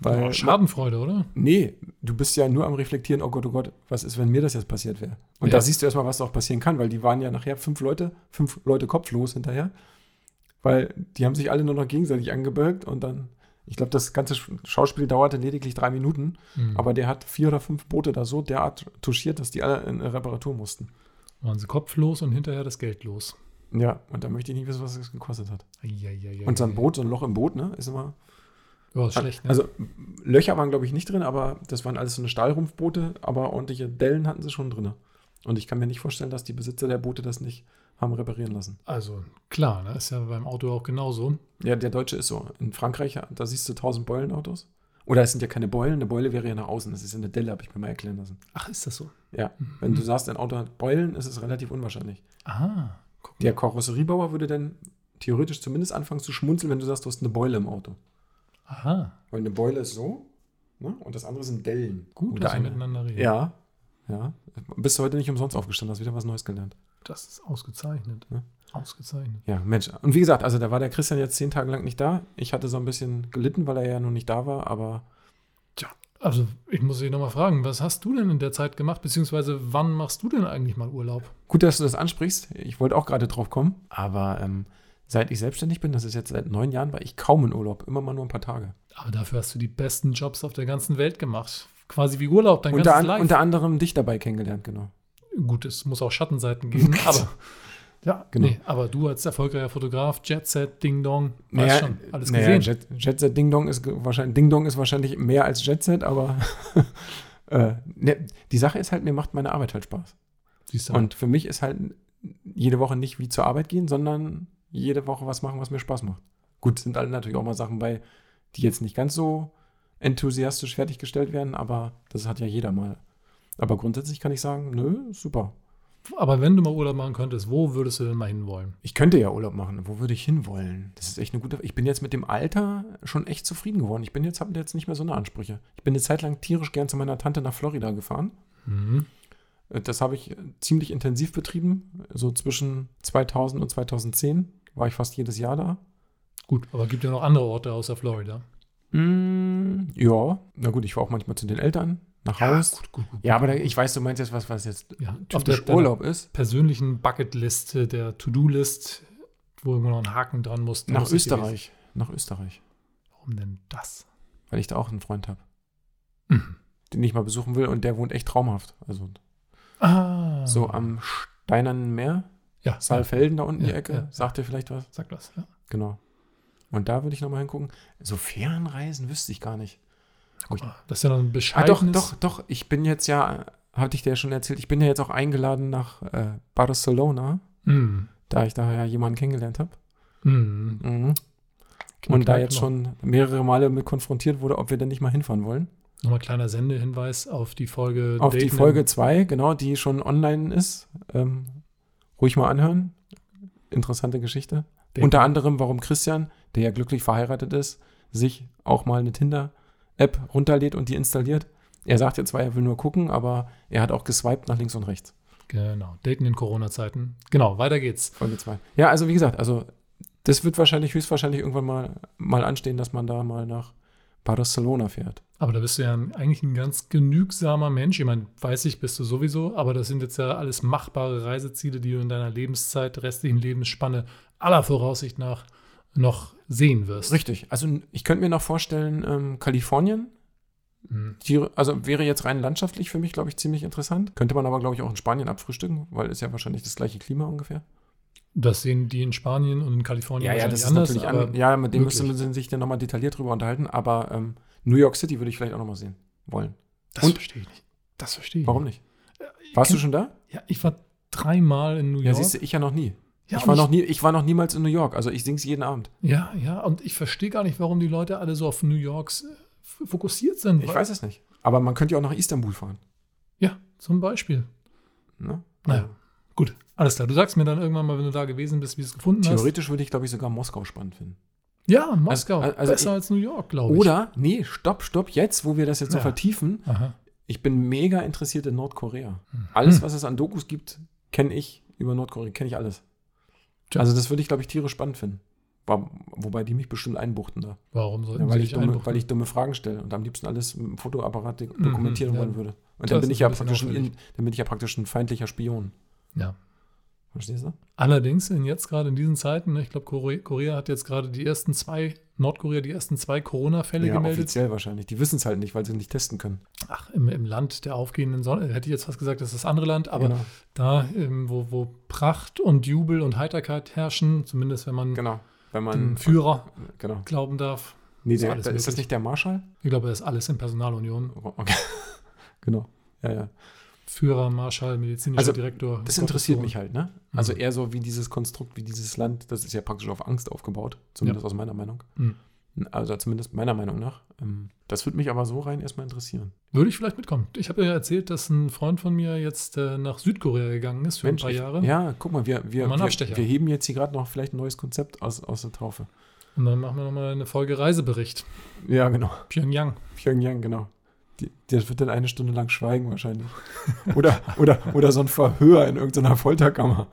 [SPEAKER 2] weil,
[SPEAKER 1] Oh, Schadenfreude, oder?
[SPEAKER 2] nee, du bist ja nur am Reflektieren, oh Gott, oh Gott, was ist, wenn mir das jetzt passiert wäre? Und
[SPEAKER 1] Ja.
[SPEAKER 2] da siehst du erstmal, was auch passieren kann, weil die waren ja nachher fünf Leute, fünf Leute kopflos hinterher. Weil die haben sich alle nur noch gegenseitig angebölkt und dann, ich glaube, das ganze Sch- Schauspiel dauerte lediglich drei Minuten,
[SPEAKER 1] Hm.
[SPEAKER 2] aber der hat vier oder fünf Boote da so derart touchiert, dass die alle in Reparatur mussten.
[SPEAKER 1] Waren sie kopflos und hinterher das Geld los.
[SPEAKER 2] Ja, und da möchte ich nicht wissen, was es gekostet hat.
[SPEAKER 1] Eieieiei.
[SPEAKER 2] Und so ein Boot, so ein Loch im Boot, ne, ist immer
[SPEAKER 1] Ja, ist schlecht, ne?
[SPEAKER 2] Also m- Löcher waren, glaube ich, nicht drin, aber das waren alles so eine Stahlrumpfboote, aber ordentliche Dellen hatten sie schon drin. Und ich kann mir nicht vorstellen, dass die Besitzer der Boote das nicht haben reparieren lassen.
[SPEAKER 1] also klar, ne? ist ja beim Auto auch genauso.
[SPEAKER 2] Ja, der Deutsche ist so. In Frankreich, da siehst du tausend Beulenautos. Oder es sind ja keine Beulen, eine Beule wäre ja nach außen. Das ist ja eine Delle, habe ich mir mal erklären lassen.
[SPEAKER 1] Ach, ist das so?
[SPEAKER 2] Ja, wenn du sagst, ein Auto hat Beulen, ist es relativ unwahrscheinlich.
[SPEAKER 1] Ah, guck mal.
[SPEAKER 2] Der Karosseriebauer würde dann theoretisch zumindest anfangen zu schmunzeln, wenn du sagst, du hast eine Beule im Auto.
[SPEAKER 1] Aha,
[SPEAKER 2] Weil eine Beule ist so ne? und das andere sind Dellen.
[SPEAKER 1] gut,
[SPEAKER 2] Oder
[SPEAKER 1] dass wir
[SPEAKER 2] eine-
[SPEAKER 1] miteinander reden.
[SPEAKER 2] Ja, ja. Bist du heute nicht umsonst aufgestanden, hast wieder was Neues gelernt.
[SPEAKER 1] Das ist ausgezeichnet.
[SPEAKER 2] Ja.
[SPEAKER 1] Ausgezeichnet.
[SPEAKER 2] Ja, Mensch. Und wie gesagt, also da war der Christian jetzt zehn Tage lang nicht da. Ich hatte so ein bisschen gelitten, weil er ja noch nicht da war, aber
[SPEAKER 1] Also, ich muss dich nochmal fragen, was hast du denn in der Zeit gemacht, beziehungsweise wann machst du denn eigentlich mal Urlaub?
[SPEAKER 2] gut, dass du das ansprichst. Ich wollte auch gerade drauf kommen. Aber ähm, seit ich selbstständig bin, das ist jetzt seit neun Jahren, war ich kaum in Urlaub. Immer mal nur ein paar Tage.
[SPEAKER 1] Aber dafür hast du die besten Jobs auf der ganzen Welt gemacht. Quasi wie Urlaub, dein
[SPEAKER 2] Unter,
[SPEAKER 1] ganzes
[SPEAKER 2] an,
[SPEAKER 1] Life.
[SPEAKER 2] unter anderem dich dabei kennengelernt, genau.
[SPEAKER 1] Gut, es muss auch Schattenseiten geben, aber. Ja,
[SPEAKER 2] Genau.
[SPEAKER 1] nee, aber du als erfolgreicher Fotograf, Jet Set, Ding Dong, weißt schon, alles
[SPEAKER 2] naja,
[SPEAKER 1] gesehen.
[SPEAKER 2] Jet, Jet Set Ding Dong ist ge- wahrscheinlich Ding Dong ist wahrscheinlich mehr als Jet Set, aber äh, ne, die Sache ist halt, mir macht meine Arbeit halt Spaß.
[SPEAKER 1] Siehst du,
[SPEAKER 2] Und für mich ist halt jede Woche nicht wie zur Arbeit gehen, sondern jede Woche was machen, was mir Spaß macht. Gut, sind alle natürlich auch mal Sachen bei, die jetzt nicht ganz so enthusiastisch fertiggestellt werden, aber das hat ja jeder mal. Aber grundsätzlich kann ich sagen, nö, super.
[SPEAKER 1] aber wenn du mal Urlaub machen könntest, wo würdest du denn mal hinwollen?
[SPEAKER 2] Ich könnte ja Urlaub machen. Wo würde ich hinwollen? Das ist echt eine gute. Ich bin jetzt mit dem Alter schon echt zufrieden geworden. Ich bin jetzt habe jetzt nicht mehr so eine Ansprüche. Ich bin eine Zeit lang tierisch gern zu meiner Tante nach Florida gefahren.
[SPEAKER 1] Mhm.
[SPEAKER 2] Äh, Das habe ich ziemlich intensiv betrieben. So zwischen 2000 und 2010 war ich fast jedes Jahr da.
[SPEAKER 1] Gut, aber gibt ja noch andere Orte außer Florida.
[SPEAKER 2] ja, na gut, ich war auch manchmal zu den Eltern nach Haus. Mm. Ja,
[SPEAKER 1] Gut, gut, gut.
[SPEAKER 2] aber da, ich weiß, du meinst jetzt was, was jetzt
[SPEAKER 1] Ja, auf der
[SPEAKER 2] typisch
[SPEAKER 1] deiner
[SPEAKER 2] Urlaub ist.
[SPEAKER 1] persönlichen Bucketlist, äh, der To-Do-List, wo immer noch ein Haken dran muss. da
[SPEAKER 2] Nach
[SPEAKER 1] muss ich gewesen-
[SPEAKER 2] Österreich. Nach Österreich,
[SPEAKER 1] Warum denn das?
[SPEAKER 2] weil ich da auch einen Freund habe,
[SPEAKER 1] Mhm.
[SPEAKER 2] den ich mal besuchen will und der wohnt echt traumhaft. Also
[SPEAKER 1] Ah.
[SPEAKER 2] so am Steinernen Meer,
[SPEAKER 1] ja,
[SPEAKER 2] Saalfelden da unten
[SPEAKER 1] Ja,
[SPEAKER 2] die Ecke,
[SPEAKER 1] ja, ja.
[SPEAKER 2] sagt dir vielleicht was?
[SPEAKER 1] Sag das. Ja.
[SPEAKER 2] Genau. Und da würde ich nochmal hingucken. So Fernreisen wüsste ich gar nicht.
[SPEAKER 1] Ah, Das ist ja noch ein
[SPEAKER 2] Ah, doch,
[SPEAKER 1] bescheidenes.
[SPEAKER 2] doch, doch. Ich bin jetzt ja, hatte ich dir ja schon erzählt, ich bin ja jetzt auch eingeladen nach äh, Barcelona,
[SPEAKER 1] Mhm.
[SPEAKER 2] da ich da ja jemanden kennengelernt habe.
[SPEAKER 1] Mhm.
[SPEAKER 2] Mhm.
[SPEAKER 1] Knack,
[SPEAKER 2] Und da
[SPEAKER 1] knack,
[SPEAKER 2] jetzt
[SPEAKER 1] noch.
[SPEAKER 2] schon mehrere Male mit konfrontiert wurde, ob wir denn nicht mal hinfahren wollen.
[SPEAKER 1] Nochmal kleiner Sendehinweis auf die Folge.
[SPEAKER 2] Auf die
[SPEAKER 1] Daten
[SPEAKER 2] Folge 2, genau, die schon online ist. Ähm, ruhig mal anhören. Interessante Geschichte.
[SPEAKER 1] Daten.
[SPEAKER 2] Unter anderem, warum Christian, der ja glücklich verheiratet ist, sich auch mal eine Tinder-App runterlädt und die installiert. Er sagt ja zwar, er will nur gucken, aber er hat auch geswiped nach links und rechts.
[SPEAKER 1] Genau, Daten in Corona-Zeiten. Genau, weiter geht's.
[SPEAKER 2] Folge 2. Ja, also wie gesagt, also das wird wahrscheinlich, höchstwahrscheinlich irgendwann mal, mal anstehen, dass man da mal nach Barcelona fährt.
[SPEAKER 1] Aber da bist du ja ein, eigentlich ein ganz genügsamer Mensch. Ich meine, weiß ich, bist du sowieso, aber das sind jetzt ja alles machbare Reiseziele, die du in deiner Lebenszeit, restlichen Lebensspanne aller Voraussicht nach noch sehen wirst.
[SPEAKER 2] Richtig. Also ich könnte mir noch vorstellen, ähm, Kalifornien,
[SPEAKER 1] Mhm.
[SPEAKER 2] die, also wäre jetzt rein landschaftlich für mich, glaube ich, ziemlich interessant. Könnte man aber, glaube ich, auch in Spanien abfrühstücken, weil ist ja wahrscheinlich das gleiche Klima ungefähr.
[SPEAKER 1] Das sehen die in Spanien und in Kalifornien wahrscheinlich aber
[SPEAKER 2] an, Ja, mit dem müsste man
[SPEAKER 1] möglich.
[SPEAKER 2] sich dann nochmal detailliert drüber unterhalten, aber ähm, New York City würde ich vielleicht auch nochmal sehen wollen.
[SPEAKER 1] das
[SPEAKER 2] und-
[SPEAKER 1] verstehe ich nicht. Das verstehe ich
[SPEAKER 2] Warum nicht? Warst du schon da?
[SPEAKER 1] nicht. Ja, ich war dreimal in New York.
[SPEAKER 2] Ja, siehst du, ich ja noch nie.
[SPEAKER 1] Ja,
[SPEAKER 2] ich, war
[SPEAKER 1] und
[SPEAKER 2] noch nie ich war noch niemals in New York, also ich sing's jeden Abend.
[SPEAKER 1] Ja, ja, und ich verstehe gar nicht, warum die Leute alle so auf New Yorks äh, f- fokussiert sind.
[SPEAKER 2] Ich
[SPEAKER 1] Weil-
[SPEAKER 2] weiß es nicht. Aber man könnte ja auch nach Istanbul fahren.
[SPEAKER 1] Ja, Zum Beispiel.
[SPEAKER 2] Ne?
[SPEAKER 1] Naja, gut. Alles klar. Du sagst mir dann irgendwann mal, wenn du da gewesen bist, wie du es gefunden hast.
[SPEAKER 2] Theoretisch würde ich, glaube ich, sogar Moskau spannend finden.
[SPEAKER 1] Ja, Moskau.
[SPEAKER 2] Also- also
[SPEAKER 1] besser
[SPEAKER 2] ich-
[SPEAKER 1] als New York, glaube ich.
[SPEAKER 2] Oder, nee, stopp, stopp, jetzt, wo wir das jetzt so
[SPEAKER 1] Ja.
[SPEAKER 2] vertiefen,
[SPEAKER 1] Aha.
[SPEAKER 2] ich bin mega interessiert in Nordkorea. Alles,
[SPEAKER 1] Hm.
[SPEAKER 2] was es an Dokus gibt, kenne ich über Nordkorea, kenne ich alles.
[SPEAKER 1] Tja.
[SPEAKER 2] Also das würde ich, glaube ich, tierisch spannend finden. Wo- Wobei die mich bestimmt einbuchten da.
[SPEAKER 1] Warum sollten
[SPEAKER 2] Ja,
[SPEAKER 1] sie
[SPEAKER 2] weil, ich
[SPEAKER 1] dich
[SPEAKER 2] dumme,
[SPEAKER 1] einbuchten? Mhm,
[SPEAKER 2] weil ich dumme Fragen stelle und am liebsten alles mit dem Fotoapparat de- dokumentieren
[SPEAKER 1] ja.
[SPEAKER 2] wollen würde. Und
[SPEAKER 1] Das
[SPEAKER 2] dann bin,
[SPEAKER 1] ist
[SPEAKER 2] ich ja
[SPEAKER 1] ein bisschen
[SPEAKER 2] praktisch ein,
[SPEAKER 1] auffällig.
[SPEAKER 2] in- dann bin ich ja praktisch ein feindlicher Spion.
[SPEAKER 1] Ja.
[SPEAKER 2] Verstehst du?
[SPEAKER 1] Allerdings in jetzt gerade in diesen Zeiten, ne, ich glaube, Korea, Korea hat jetzt gerade die ersten zwei, Nordkorea die ersten zwei Corona-Fälle
[SPEAKER 2] Ja,
[SPEAKER 1] gemeldet.
[SPEAKER 2] offiziell wahrscheinlich. Die wissen es halt nicht, weil sie nicht testen können.
[SPEAKER 1] Ach, im, im Land der aufgehenden Sonne, hätte ich jetzt fast gesagt, das ist das andere Land, aber
[SPEAKER 2] genau.
[SPEAKER 1] da, ähm, wo, wo Pracht und Jubel und Heiterkeit herrschen, zumindest wenn man
[SPEAKER 2] genau. Wenn
[SPEAKER 1] dem
[SPEAKER 2] man.
[SPEAKER 1] Führer
[SPEAKER 2] Genau.
[SPEAKER 1] glauben darf.
[SPEAKER 2] Nee,
[SPEAKER 1] Ist
[SPEAKER 2] der,
[SPEAKER 1] alles
[SPEAKER 2] ist, das
[SPEAKER 1] möglich.
[SPEAKER 2] nicht der Marschall? Oh,
[SPEAKER 1] Ich glaube, das ist alles in Personalunion.
[SPEAKER 2] Okay. genau. Ja, ja.
[SPEAKER 1] Führer, Marschall, medizinischer
[SPEAKER 2] Also,
[SPEAKER 1] Direktor.
[SPEAKER 2] Das interessiert
[SPEAKER 1] Gottessohn.
[SPEAKER 2] mich halt, ne? Also eher so wie dieses Konstrukt, wie dieses Land, das ist ja praktisch auf Angst aufgebaut, zumindest aus meiner Meinung.
[SPEAKER 1] Mhm.
[SPEAKER 2] Also zumindest meiner Meinung nach. Ähm, Das würde mich aber so rein erstmal interessieren.
[SPEAKER 1] Würde ich vielleicht mitkommen. Ich habe ja erzählt, dass ein Freund von mir jetzt äh, nach Südkorea gegangen ist für ein paar
[SPEAKER 2] ich-
[SPEAKER 1] Jahre.
[SPEAKER 2] Ja, guck mal, wir, wir,
[SPEAKER 1] Mal einen
[SPEAKER 2] wir,
[SPEAKER 1] Abstecher.
[SPEAKER 2] wir heben jetzt hier gerade noch vielleicht ein neues Konzept aus, aus der Taufe.
[SPEAKER 1] Und dann machen wir nochmal eine Folge Reisebericht.
[SPEAKER 2] Ja, genau.
[SPEAKER 1] Pyongyang.
[SPEAKER 2] Pyongyang, genau. Die, das wird dann eine Stunde lang schweigen wahrscheinlich. Oder, oder, oder so ein Verhör in irgendeiner Folterkammer.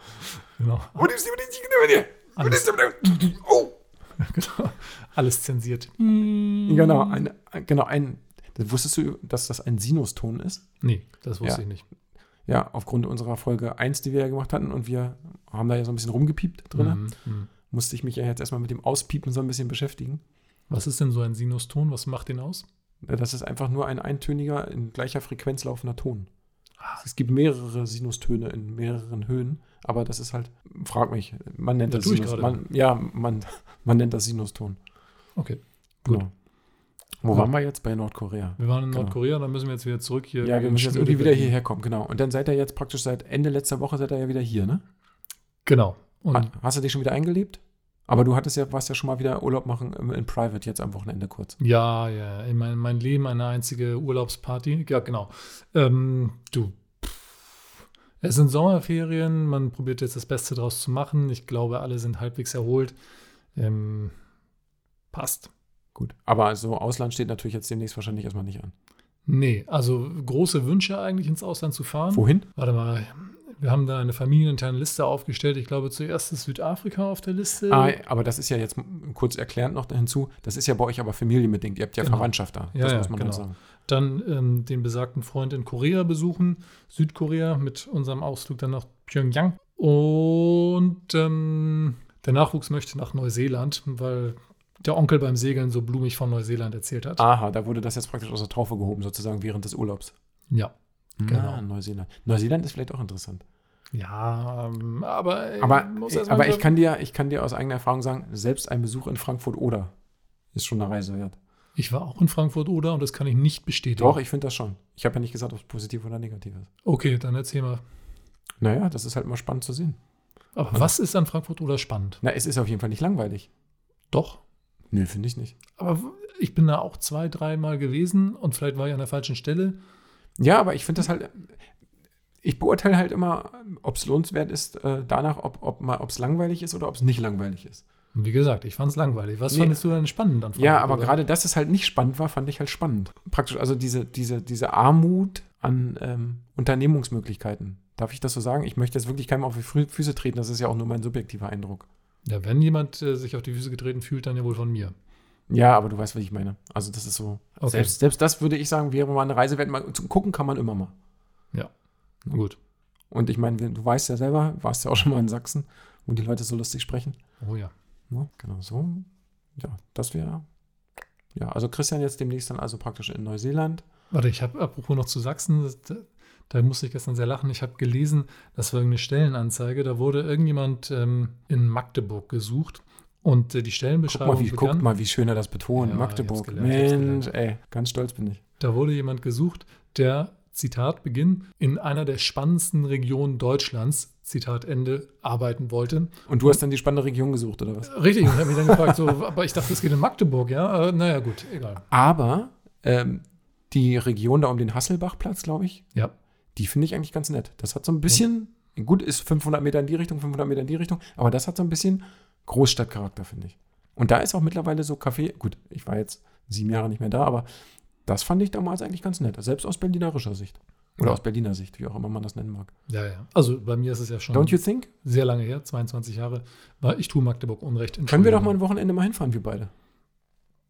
[SPEAKER 1] Genau.
[SPEAKER 2] Und ich- und
[SPEAKER 1] Alles,
[SPEAKER 2] ich- Oh!
[SPEAKER 1] genau. Alles zensiert.
[SPEAKER 2] Genau, ein, ein- genau, ein. das- Wusstest du, dass das ein Sinuston ist?
[SPEAKER 1] Nee, das wusste
[SPEAKER 2] Ja.
[SPEAKER 1] ich nicht.
[SPEAKER 2] Ja, aufgrund unserer Folge 1, die wir ja gemacht hatten und wir haben da ja so ein bisschen rumgepiept drin,
[SPEAKER 1] Mhm, mhm.
[SPEAKER 2] musste ich mich ja jetzt erstmal mit dem Auspiepen so ein bisschen beschäftigen.
[SPEAKER 1] Was ist denn so ein Sinuston? Was macht den aus?
[SPEAKER 2] Das ist einfach nur ein eintöniger, in gleicher Frequenz laufender Ton.
[SPEAKER 1] Ah.
[SPEAKER 2] Es gibt mehrere Sinustöne in mehreren Höhen, aber das ist halt, frag mich, man nennt
[SPEAKER 1] Ja,
[SPEAKER 2] das
[SPEAKER 1] tu ich
[SPEAKER 2] Sinus.
[SPEAKER 1] gerade.
[SPEAKER 2] Man, ja, man, man nennt das Sinuston.
[SPEAKER 1] Okay. Gut.
[SPEAKER 2] Genau. Wo
[SPEAKER 1] Ja.
[SPEAKER 2] waren wir jetzt bei Nordkorea?
[SPEAKER 1] Wir waren in
[SPEAKER 2] Genau.
[SPEAKER 1] Nordkorea, dann müssen wir jetzt wieder zurück hier.
[SPEAKER 2] Ja, wir
[SPEAKER 1] in
[SPEAKER 2] müssen jetzt
[SPEAKER 1] Schwede
[SPEAKER 2] irgendwie wieder
[SPEAKER 1] Berlin.
[SPEAKER 2] hierher kommen, genau. Und dann seid ihr jetzt praktisch seit Ende letzter Woche seid ihr ja wieder hier, ne?
[SPEAKER 1] Genau. Und
[SPEAKER 2] Ah, Hast du dich schon wieder eingelebt? Aber du hattest ja, warst ja schon mal wieder Urlaub machen im- in Private jetzt am Wochenende kurz.
[SPEAKER 1] ja, ja, in mein, mein Leben eine einzige Urlaubsparty. Ja, genau. Ähm, du. pff. Es sind Sommerferien, man probiert jetzt das Beste draus zu machen. Ich glaube, alle sind halbwegs erholt. Ähm, passt.
[SPEAKER 2] Gut. Aber so Ausland steht natürlich jetzt demnächst wahrscheinlich erstmal nicht an.
[SPEAKER 1] Nee, also große Wünsche eigentlich ins Ausland zu fahren.
[SPEAKER 2] Wohin?
[SPEAKER 1] Warte mal, wir haben da eine familieninterne Liste aufgestellt. Ich glaube, zuerst ist Südafrika auf der Liste.
[SPEAKER 2] Ah, aber das ist ja jetzt m- kurz erklärend noch hinzu, das ist ja bei euch aber familienbedingt. Ihr habt ja
[SPEAKER 1] Genau.
[SPEAKER 2] Verwandtschaft da.
[SPEAKER 1] Ja,
[SPEAKER 2] das
[SPEAKER 1] ja,
[SPEAKER 2] muss man
[SPEAKER 1] genau.
[SPEAKER 2] dann sagen.
[SPEAKER 1] Dann ähm, den besagten Freund in Korea besuchen, Südkorea mit unserem Ausflug dann nach Pyongyang. Und ähm, der Nachwuchs möchte nach Neuseeland, weil der Onkel beim Segeln so blumig von Neuseeland erzählt hat.
[SPEAKER 2] Aha, da wurde das jetzt praktisch aus der Taufe gehoben, sozusagen während des Urlaubs.
[SPEAKER 1] Ja. Genau.
[SPEAKER 2] Ah, Neuseeland. Neuseeland ist vielleicht auch interessant.
[SPEAKER 1] Ja, ähm, aber, äh,
[SPEAKER 2] Aber,
[SPEAKER 1] muss erst mal
[SPEAKER 2] aber ich,
[SPEAKER 1] wieder-
[SPEAKER 2] kann dir, ich kann dir aus eigener Erfahrung sagen, selbst ein Besuch in Frankfurt oder ist schon eine Reise wert.
[SPEAKER 1] ich war auch in Frankfurt oder und das kann ich nicht bestätigen.
[SPEAKER 2] Doch, ich finde das schon. Ich habe ja nicht gesagt, ob es positiv oder negativ ist.
[SPEAKER 1] Okay, dann erzähl mal.
[SPEAKER 2] Naja, das ist halt mal spannend zu sehen.
[SPEAKER 1] Aber was ist an Frankfurt oder spannend?
[SPEAKER 2] Na, es ist auf jeden Fall nicht langweilig.
[SPEAKER 1] Doch.
[SPEAKER 2] Nö, finde ich nicht.
[SPEAKER 1] Aber w- ich bin da auch zwei, dreimal gewesen und vielleicht war ich an der falschen Stelle.
[SPEAKER 2] Ja, aber ich finde das halt. Ich beurteile halt immer, ob es lohnenswert ist, äh, danach, ob es ob mal- ob's langweilig ist oder ob es nicht langweilig ist.
[SPEAKER 1] Und wie gesagt, ich fand es langweilig. Was
[SPEAKER 2] Nee.
[SPEAKER 1] fandest du denn spannend an
[SPEAKER 2] Ja, aber
[SPEAKER 1] oder?
[SPEAKER 2] gerade, dass es halt nicht spannend war, fand ich halt spannend. Praktisch, also diese, diese, diese Armut an ähm, Unternehmungsmöglichkeiten. Darf ich das so sagen? Ich möchte jetzt wirklich keinem auf die Fü- Füße treten, das ist ja auch nur mein subjektiver Eindruck.
[SPEAKER 1] Ja, wenn jemand äh, sich auf die Füße getreten fühlt, dann ja wohl von mir.
[SPEAKER 2] Ja, aber du weißt, was ich meine. Also, das ist so.
[SPEAKER 1] Okay.
[SPEAKER 2] Selbst, selbst das würde ich sagen, wäre mal eine Reise wert. Mal- Zum Gucken kann man immer mal.
[SPEAKER 1] Gut.
[SPEAKER 2] Und ich meine, du weißt ja selber, warst ja auch schon mal in Sachsen, wo die Leute so lustig sprechen.
[SPEAKER 1] Oh ja.
[SPEAKER 2] Ne? Genau so. Ja, das wäre. Ja, also Christian jetzt demnächst dann also praktisch in Neuseeland.
[SPEAKER 1] Warte, ich habe apropos noch zu Sachsen, das, da, da musste ich gestern sehr lachen. Ich habe gelesen, das war irgendeine Stellenanzeige. Da wurde irgendjemand ähm, in Magdeburg gesucht und äh, die
[SPEAKER 2] Guck
[SPEAKER 1] Stellenbeschreibung
[SPEAKER 2] mal, wie, guck
[SPEAKER 1] begann.
[SPEAKER 2] mal, wie schön er das betont.
[SPEAKER 1] Ja,
[SPEAKER 2] Magdeburg.
[SPEAKER 1] ich hab's gelernt, ich hab's
[SPEAKER 2] Mensch, ey, ganz stolz bin ich.
[SPEAKER 1] Da wurde jemand gesucht, der, Zitat Beginn, in einer der spannendsten Regionen Deutschlands, Zitat Ende, arbeiten wollte.
[SPEAKER 2] Und du hast dann die spannende Region gesucht, oder was?
[SPEAKER 1] Richtig, und ich habe mich dann gefragt, so, aber ich dachte, es geht in Magdeburg, ja? Äh, naja, gut, egal.
[SPEAKER 2] Aber ähm, die Region da um den Hasselbachplatz, glaube ich,
[SPEAKER 1] Ja.
[SPEAKER 2] die finde ich eigentlich ganz nett. Das hat so ein bisschen, gut, ist 500 Meter in die Richtung, 500 Meter in die Richtung, aber das hat so ein bisschen Großstadtcharakter, finde ich. Und da ist auch mittlerweile so Kaffee, gut, ich war jetzt sieben Jahre nicht mehr da, aber das fand ich damals eigentlich ganz nett, selbst aus berlinerischer Sicht. Oder aus Berliner Sicht, wie auch immer man das nennen mag.
[SPEAKER 1] Ja, ja. Also bei mir ist es ja schon
[SPEAKER 2] Don't you think?
[SPEAKER 1] sehr lange her, 22 Jahre. War ich tue Magdeburg Unrecht.
[SPEAKER 2] Können wir doch mal ein Wochenende mal hinfahren, wir beide.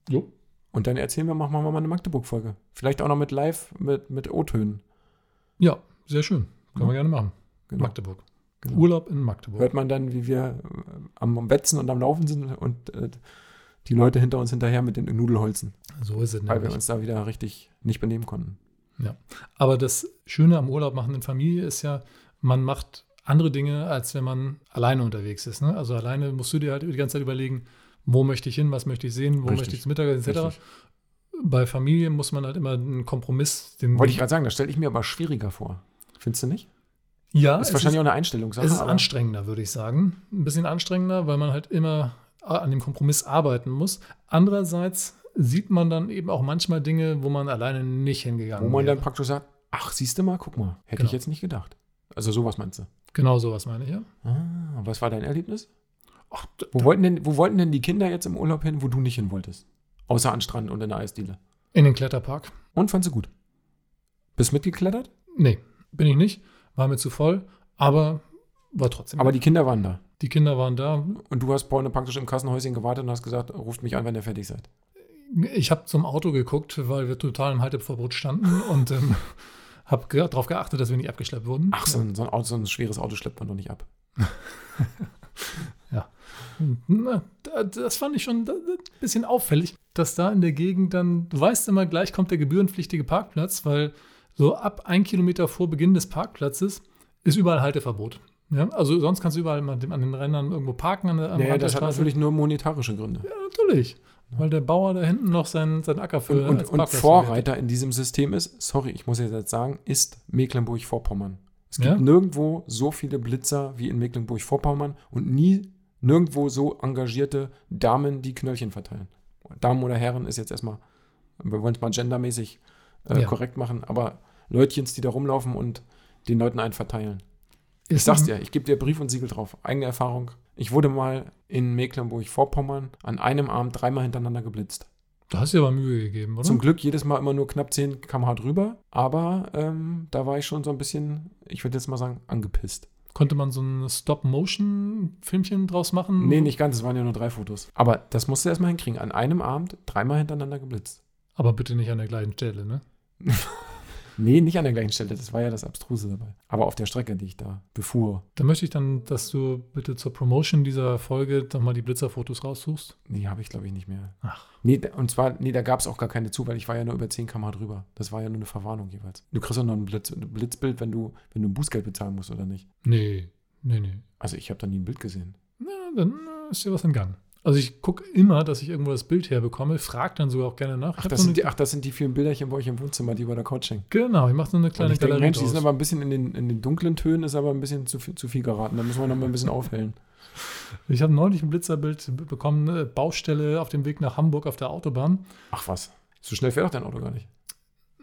[SPEAKER 1] Jo.
[SPEAKER 2] Und dann erzählen wir, machen wir mal eine Magdeburg-Folge. Vielleicht auch noch mit Live, mit, mit O-Tönen.
[SPEAKER 1] Ja, sehr schön. Können
[SPEAKER 2] Ja.
[SPEAKER 1] wir gerne machen.
[SPEAKER 2] Genau.
[SPEAKER 1] Magdeburg.
[SPEAKER 2] Genau.
[SPEAKER 1] Urlaub in Magdeburg.
[SPEAKER 2] Hört man dann, wie wir äh, am Wetzen und am Laufen sind und äh, die Leute hinter uns hinterher mit den Nudelholzen,
[SPEAKER 1] So ist es
[SPEAKER 2] weil wir
[SPEAKER 1] nämlich.
[SPEAKER 2] uns da wieder richtig nicht benehmen konnten.
[SPEAKER 1] Aber das Schöne am Urlaub machen in Familie ist ja, man macht andere Dinge, als wenn man alleine unterwegs ist. Ne? Also alleine musst du dir halt die ganze Zeit überlegen, wo möchte ich hin, was möchte ich sehen, wo
[SPEAKER 2] Richtig.
[SPEAKER 1] möchte ich zum Mittagessen, etc.
[SPEAKER 2] Richtig.
[SPEAKER 1] Bei Familie muss man halt immer einen Kompromiss, den
[SPEAKER 2] Wollte ich gerade sagen, das stelle ich mir aber schwieriger vor. Findest du nicht?
[SPEAKER 1] ja,
[SPEAKER 2] Ah, ist
[SPEAKER 1] es
[SPEAKER 2] wahrscheinlich auch eine Einstellungssache.
[SPEAKER 1] Es ist
[SPEAKER 2] aber-
[SPEAKER 1] anstrengender, würde ich sagen. Ein bisschen anstrengender, weil man halt immer an dem Kompromiss arbeiten muss. Andererseits sieht man dann eben auch manchmal Dinge, wo man alleine nicht hingegangen
[SPEAKER 2] Wo man
[SPEAKER 1] wäre.
[SPEAKER 2] dann praktisch sagt, ach, siehst du mal, guck mal, hätte
[SPEAKER 1] Genau.
[SPEAKER 2] ich jetzt nicht gedacht. Also sowas meinst du.
[SPEAKER 1] genau sowas meine ich, ja.
[SPEAKER 2] Ah, was war dein Erlebnis?
[SPEAKER 1] Ach, d-
[SPEAKER 2] Wo wollten, denn, wo wollten denn die Kinder jetzt im Urlaub hin, wo du nicht hin wolltest? Außer an den Strand und in der Eisdiele.
[SPEAKER 1] In den Kletterpark.
[SPEAKER 2] Und fandst du gut? Bist mitgeklettert?
[SPEAKER 1] Nee, bin ich nicht. War mir zu voll, aber war trotzdem.
[SPEAKER 2] Aber
[SPEAKER 1] gut.
[SPEAKER 2] die Kinder waren da.
[SPEAKER 1] die Kinder waren da.
[SPEAKER 2] Und du hast vorne praktisch im Kassenhäuschen gewartet und hast gesagt, ruft mich an, wenn ihr fertig seid.
[SPEAKER 1] Ich habe zum Auto geguckt, weil wir total im Halteverbot standen und ähm, habe ge darauf geachtet, dass wir nicht abgeschleppt wurden.
[SPEAKER 2] Ach, so ein, so ein, Auto, so ein schweres Auto schleppt man doch nicht ab.
[SPEAKER 1] Hm, Na, da- das fand ich schon ein bisschen auffällig, dass da in der Gegend dann, du weißt immer, gleich kommt der gebührenpflichtige Parkplatz, weil so ab ein Kilometer vor Beginn des Parkplatzes ist überall Halteverbot. Ja, also sonst kannst du überall mal dem- an den Rändern irgendwo parken an der, am
[SPEAKER 2] Naja,
[SPEAKER 1] Rand der
[SPEAKER 2] das hat
[SPEAKER 1] Straße.
[SPEAKER 2] natürlich nur monetarische Gründe.
[SPEAKER 1] ja, natürlich, weil der Bauer da hinten noch seinen, seinen Acker für
[SPEAKER 2] und
[SPEAKER 1] als
[SPEAKER 2] und, und
[SPEAKER 1] Parkplatz verwendet.
[SPEAKER 2] Vorreiter in diesem System ist, sorry, ich muss jetzt sagen, ist Mecklenburg-Vorpommern. Es gibt
[SPEAKER 1] Ja.
[SPEAKER 2] nirgendwo so viele Blitzer wie in Mecklenburg-Vorpommern und nie nirgendwo so engagierte Damen, die Knöllchen verteilen. Damen oder Herren ist jetzt erstmal, wir wollen es mal gendermäßig äh,
[SPEAKER 1] Ja.
[SPEAKER 2] korrekt machen, aber Leutchens, die da rumlaufen und den Leuten einen verteilen.
[SPEAKER 1] Ist
[SPEAKER 2] Ich sag's
[SPEAKER 1] ein-
[SPEAKER 2] dir, ich gebe dir Brief und Siegel drauf. Eigene Erfahrung. Ich wurde mal in Mecklenburg-Vorpommern an einem Abend dreimal hintereinander geblitzt.
[SPEAKER 1] Da hast du dir aber Mühe gegeben, oder?
[SPEAKER 2] Zum Glück jedes Mal immer nur knapp 10 km/h drüber, aber ähm, da war ich schon so ein bisschen, ich würde jetzt mal sagen, angepisst.
[SPEAKER 1] Konnte man so ein Stop-Motion-Filmchen draus machen?
[SPEAKER 2] Nee, nicht ganz, es waren ja nur drei Fotos. Aber das musst du erstmal hinkriegen. An einem Abend dreimal hintereinander geblitzt.
[SPEAKER 1] Aber bitte nicht an der gleichen Stelle, ne?
[SPEAKER 2] Nee, nicht an der gleichen Stelle, das war ja das Abstruse dabei. Aber auf der Strecke, die ich da befuhr.
[SPEAKER 1] Da möchte ich dann, dass du bitte zur Promotion dieser Folge nochmal die Blitzerfotos raussuchst.
[SPEAKER 2] Nee, habe ich glaube ich nicht mehr.
[SPEAKER 1] Ach.
[SPEAKER 2] Nee, da- und zwar, nee, da gab es auch gar keine zu, weil ich war ja nur über 10 km/h drüber. Das war ja nur eine Verwarnung jeweils. Du kriegst auch noch ein Blitz, ein Blitzbild, wenn du, wenn du ein Bußgeld bezahlen musst oder nicht.
[SPEAKER 1] Nee, nee, nee.
[SPEAKER 2] Also ich habe da nie ein Bild gesehen.
[SPEAKER 1] Na, dann äh, ist dir was entgangen. Also ich gucke immer, dass ich irgendwo das Bild herbekomme, frag dann sogar auch gerne nach. Ich
[SPEAKER 2] Ach
[SPEAKER 1] hab
[SPEAKER 2] das,
[SPEAKER 1] so
[SPEAKER 2] sind
[SPEAKER 1] eine,
[SPEAKER 2] die, ach, das sind die vielen Bilderchen bei euch im Wohnzimmer, die über der Couch hängen.
[SPEAKER 1] genau, ich mache so eine
[SPEAKER 2] Und
[SPEAKER 1] kleine
[SPEAKER 2] Oh, ich denke,
[SPEAKER 1] Galerie
[SPEAKER 2] Mensch, die
[SPEAKER 1] draus.
[SPEAKER 2] sind aber ein bisschen in den, in den dunklen Tönen, ist aber ein bisschen zu viel, zu viel geraten. Da müssen wir noch mal ein bisschen aufhellen.
[SPEAKER 1] Ich habe neulich ein Blitzerbild be- bekommen, äh, Baustelle auf dem Weg nach Hamburg auf der Autobahn.
[SPEAKER 2] Ach was. So schnell fährt doch dein Auto gar nicht.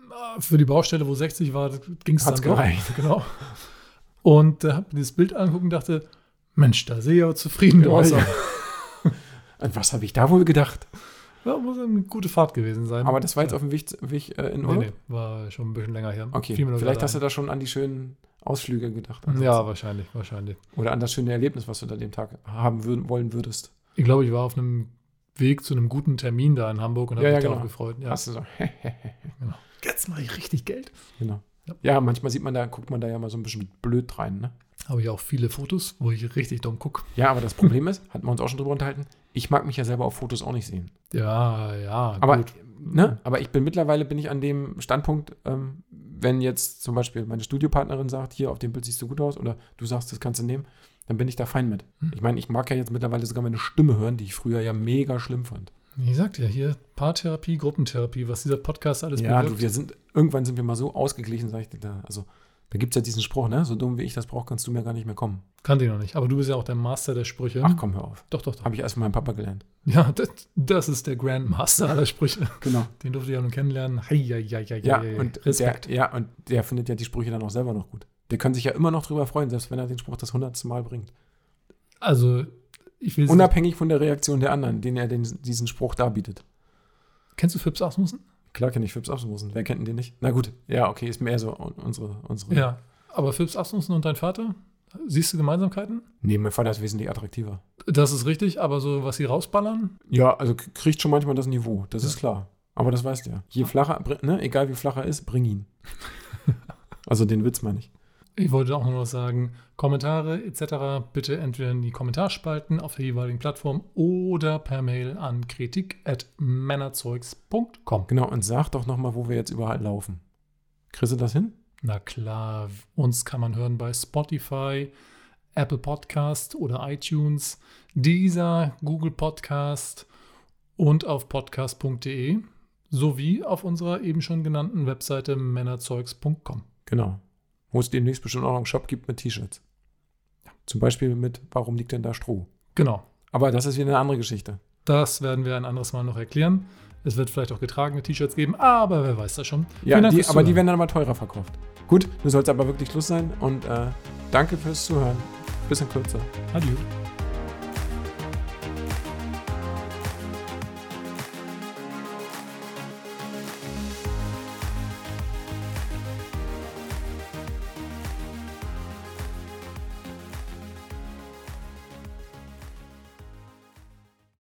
[SPEAKER 1] Ah, Für die Baustelle, wo 60 war, ging es dann
[SPEAKER 2] Hat's gereicht.
[SPEAKER 1] doch. Genau. Und äh, habe mir dieses Bild angeguckt und dachte, Mensch, da sehe ich aber zufrieden
[SPEAKER 2] Ja,
[SPEAKER 1] aus.
[SPEAKER 2] ja. An was habe ich da wohl gedacht?
[SPEAKER 1] Ja, muss eine gute Fahrt gewesen sein.
[SPEAKER 2] Aber das war jetzt auf dem Weg, Weg äh, in
[SPEAKER 1] Nee,
[SPEAKER 2] Urlaub?
[SPEAKER 1] nee, war schon ein bisschen länger her.
[SPEAKER 2] Okay,
[SPEAKER 1] Fiel mir nur
[SPEAKER 2] vielleicht
[SPEAKER 1] gerade
[SPEAKER 2] hast du da schon an die schönen Ausflüge gedacht.
[SPEAKER 1] ein. Ja, wahrscheinlich, wahrscheinlich.
[SPEAKER 2] Oder an das schöne Erlebnis, was du da an dem Tag haben würden, wollen würdest.
[SPEAKER 1] Ich glaube, ich war auf einem Weg zu einem guten Termin da in Hamburg und habe
[SPEAKER 2] Ja,
[SPEAKER 1] mich
[SPEAKER 2] ja,
[SPEAKER 1] darauf
[SPEAKER 2] genau.
[SPEAKER 1] gefreut. Ja.
[SPEAKER 2] Hast du so.
[SPEAKER 1] Genau. Jetzt mache ich richtig Geld.
[SPEAKER 2] genau.
[SPEAKER 1] Ja.
[SPEAKER 2] Ja, manchmal sieht man da, guckt man da ja mal so ein bisschen blöd rein, ne?
[SPEAKER 1] Habe ich auch viele Fotos, wo ich richtig dumm gucke.
[SPEAKER 2] Ja, aber das Problem ist, hatten wir uns auch schon drüber unterhalten, ich mag mich ja selber auf Fotos auch nicht sehen.
[SPEAKER 1] Ja, ja,
[SPEAKER 2] Aber,
[SPEAKER 1] gut.
[SPEAKER 2] ne, aber ich bin mittlerweile bin ich an dem Standpunkt, ähm, wenn jetzt zum Beispiel meine Studiopartnerin sagt, hier auf dem Bild siehst du gut aus oder du sagst, das kannst du nehmen, dann bin ich da fein mit.
[SPEAKER 1] Hm.
[SPEAKER 2] Ich meine, ich mag ja jetzt mittlerweile sogar meine Stimme hören, die ich früher ja mega schlimm fand.
[SPEAKER 1] Ich sagte ja hier, Paartherapie, Gruppentherapie, was dieser Podcast alles
[SPEAKER 2] Ja, du,
[SPEAKER 1] bewirkt.
[SPEAKER 2] wir sind irgendwann sind wir mal so ausgeglichen, sag ich dir da. Also Da gibt es ja diesen Spruch, ne? So dumm wie ich das brauche, kannst du mir gar nicht mehr kommen.
[SPEAKER 1] Kannte ich noch nicht. Aber du bist ja auch der Master der Sprüche.
[SPEAKER 2] Ach komm, hör auf.
[SPEAKER 1] Doch, doch, doch.
[SPEAKER 2] Habe ich erst von meinem Papa gelernt.
[SPEAKER 1] Ja, das, das ist der Grandmaster aller Sprüche.
[SPEAKER 2] Genau.
[SPEAKER 1] Den durfte ich ja nun kennenlernen. Hei, hei, hei, hei,
[SPEAKER 2] Ja,
[SPEAKER 1] hei.
[SPEAKER 2] und
[SPEAKER 1] Respekt.
[SPEAKER 2] Der, ja, und der findet ja die Sprüche dann auch selber noch gut. Der kann sich ja immer noch drüber freuen, selbst wenn er den Spruch das hundertste Mal bringt.
[SPEAKER 1] also, ich will
[SPEAKER 2] Unabhängig von der Reaktion der anderen, denen er den, diesen Spruch darbietet.
[SPEAKER 1] Kennst du Phipps Asmussen?
[SPEAKER 2] Klar kenne ich Phipps Asmussen. Wer kennt denn den nicht? Na gut, ja, okay, ist mehr so un- unsere. unsere.
[SPEAKER 1] Ja. Aber Phipps Asmussen und dein Vater? Siehst du Gemeinsamkeiten?
[SPEAKER 2] Nee, mein Vater ist wesentlich attraktiver.
[SPEAKER 1] Das ist richtig, aber so, was sie rausballern?
[SPEAKER 2] Ja, also k- kriegt schon manchmal das Niveau, das ist klar. Aber das weißt du ja. Je flacher, br- ne, egal wie flach er ist, bring ihn. also den Witz meine ich.
[SPEAKER 1] Ich wollte auch nur noch sagen, Kommentare etc. bitte entweder in die Kommentarspalten auf der jeweiligen Plattform oder per Mail an kritik at männerzeugs.com.
[SPEAKER 2] Genau, und sag doch nochmal, wo wir jetzt überall laufen. Kriegst du das hin?
[SPEAKER 1] Na klar, uns kann man hören bei Spotify, Apple Podcast oder iTunes, dieser Google Podcast und auf podcast.de sowie auf unserer eben schon genannten Webseite männerzeugs.com.
[SPEAKER 2] Genau. Wo es demnächst bestimmt auch einen Shop gibt mit T-Shirts. Zum Beispiel mit Warum liegt denn da Stroh?
[SPEAKER 1] Genau,
[SPEAKER 2] Aber das ist wieder eine andere Geschichte.
[SPEAKER 1] das werden wir ein anderes Mal noch erklären. Es wird vielleicht auch getragene T-Shirts geben, aber wer weiß das schon.
[SPEAKER 2] Ja,
[SPEAKER 1] Vielen Dank
[SPEAKER 2] die,
[SPEAKER 1] fürs
[SPEAKER 2] aber die
[SPEAKER 1] Zuhören.
[SPEAKER 2] werden dann aber teurer verkauft. Gut, nun soll es aber wirklich Schluss sein und äh, danke fürs Zuhören. Bisschen kürzer.
[SPEAKER 1] Adieu.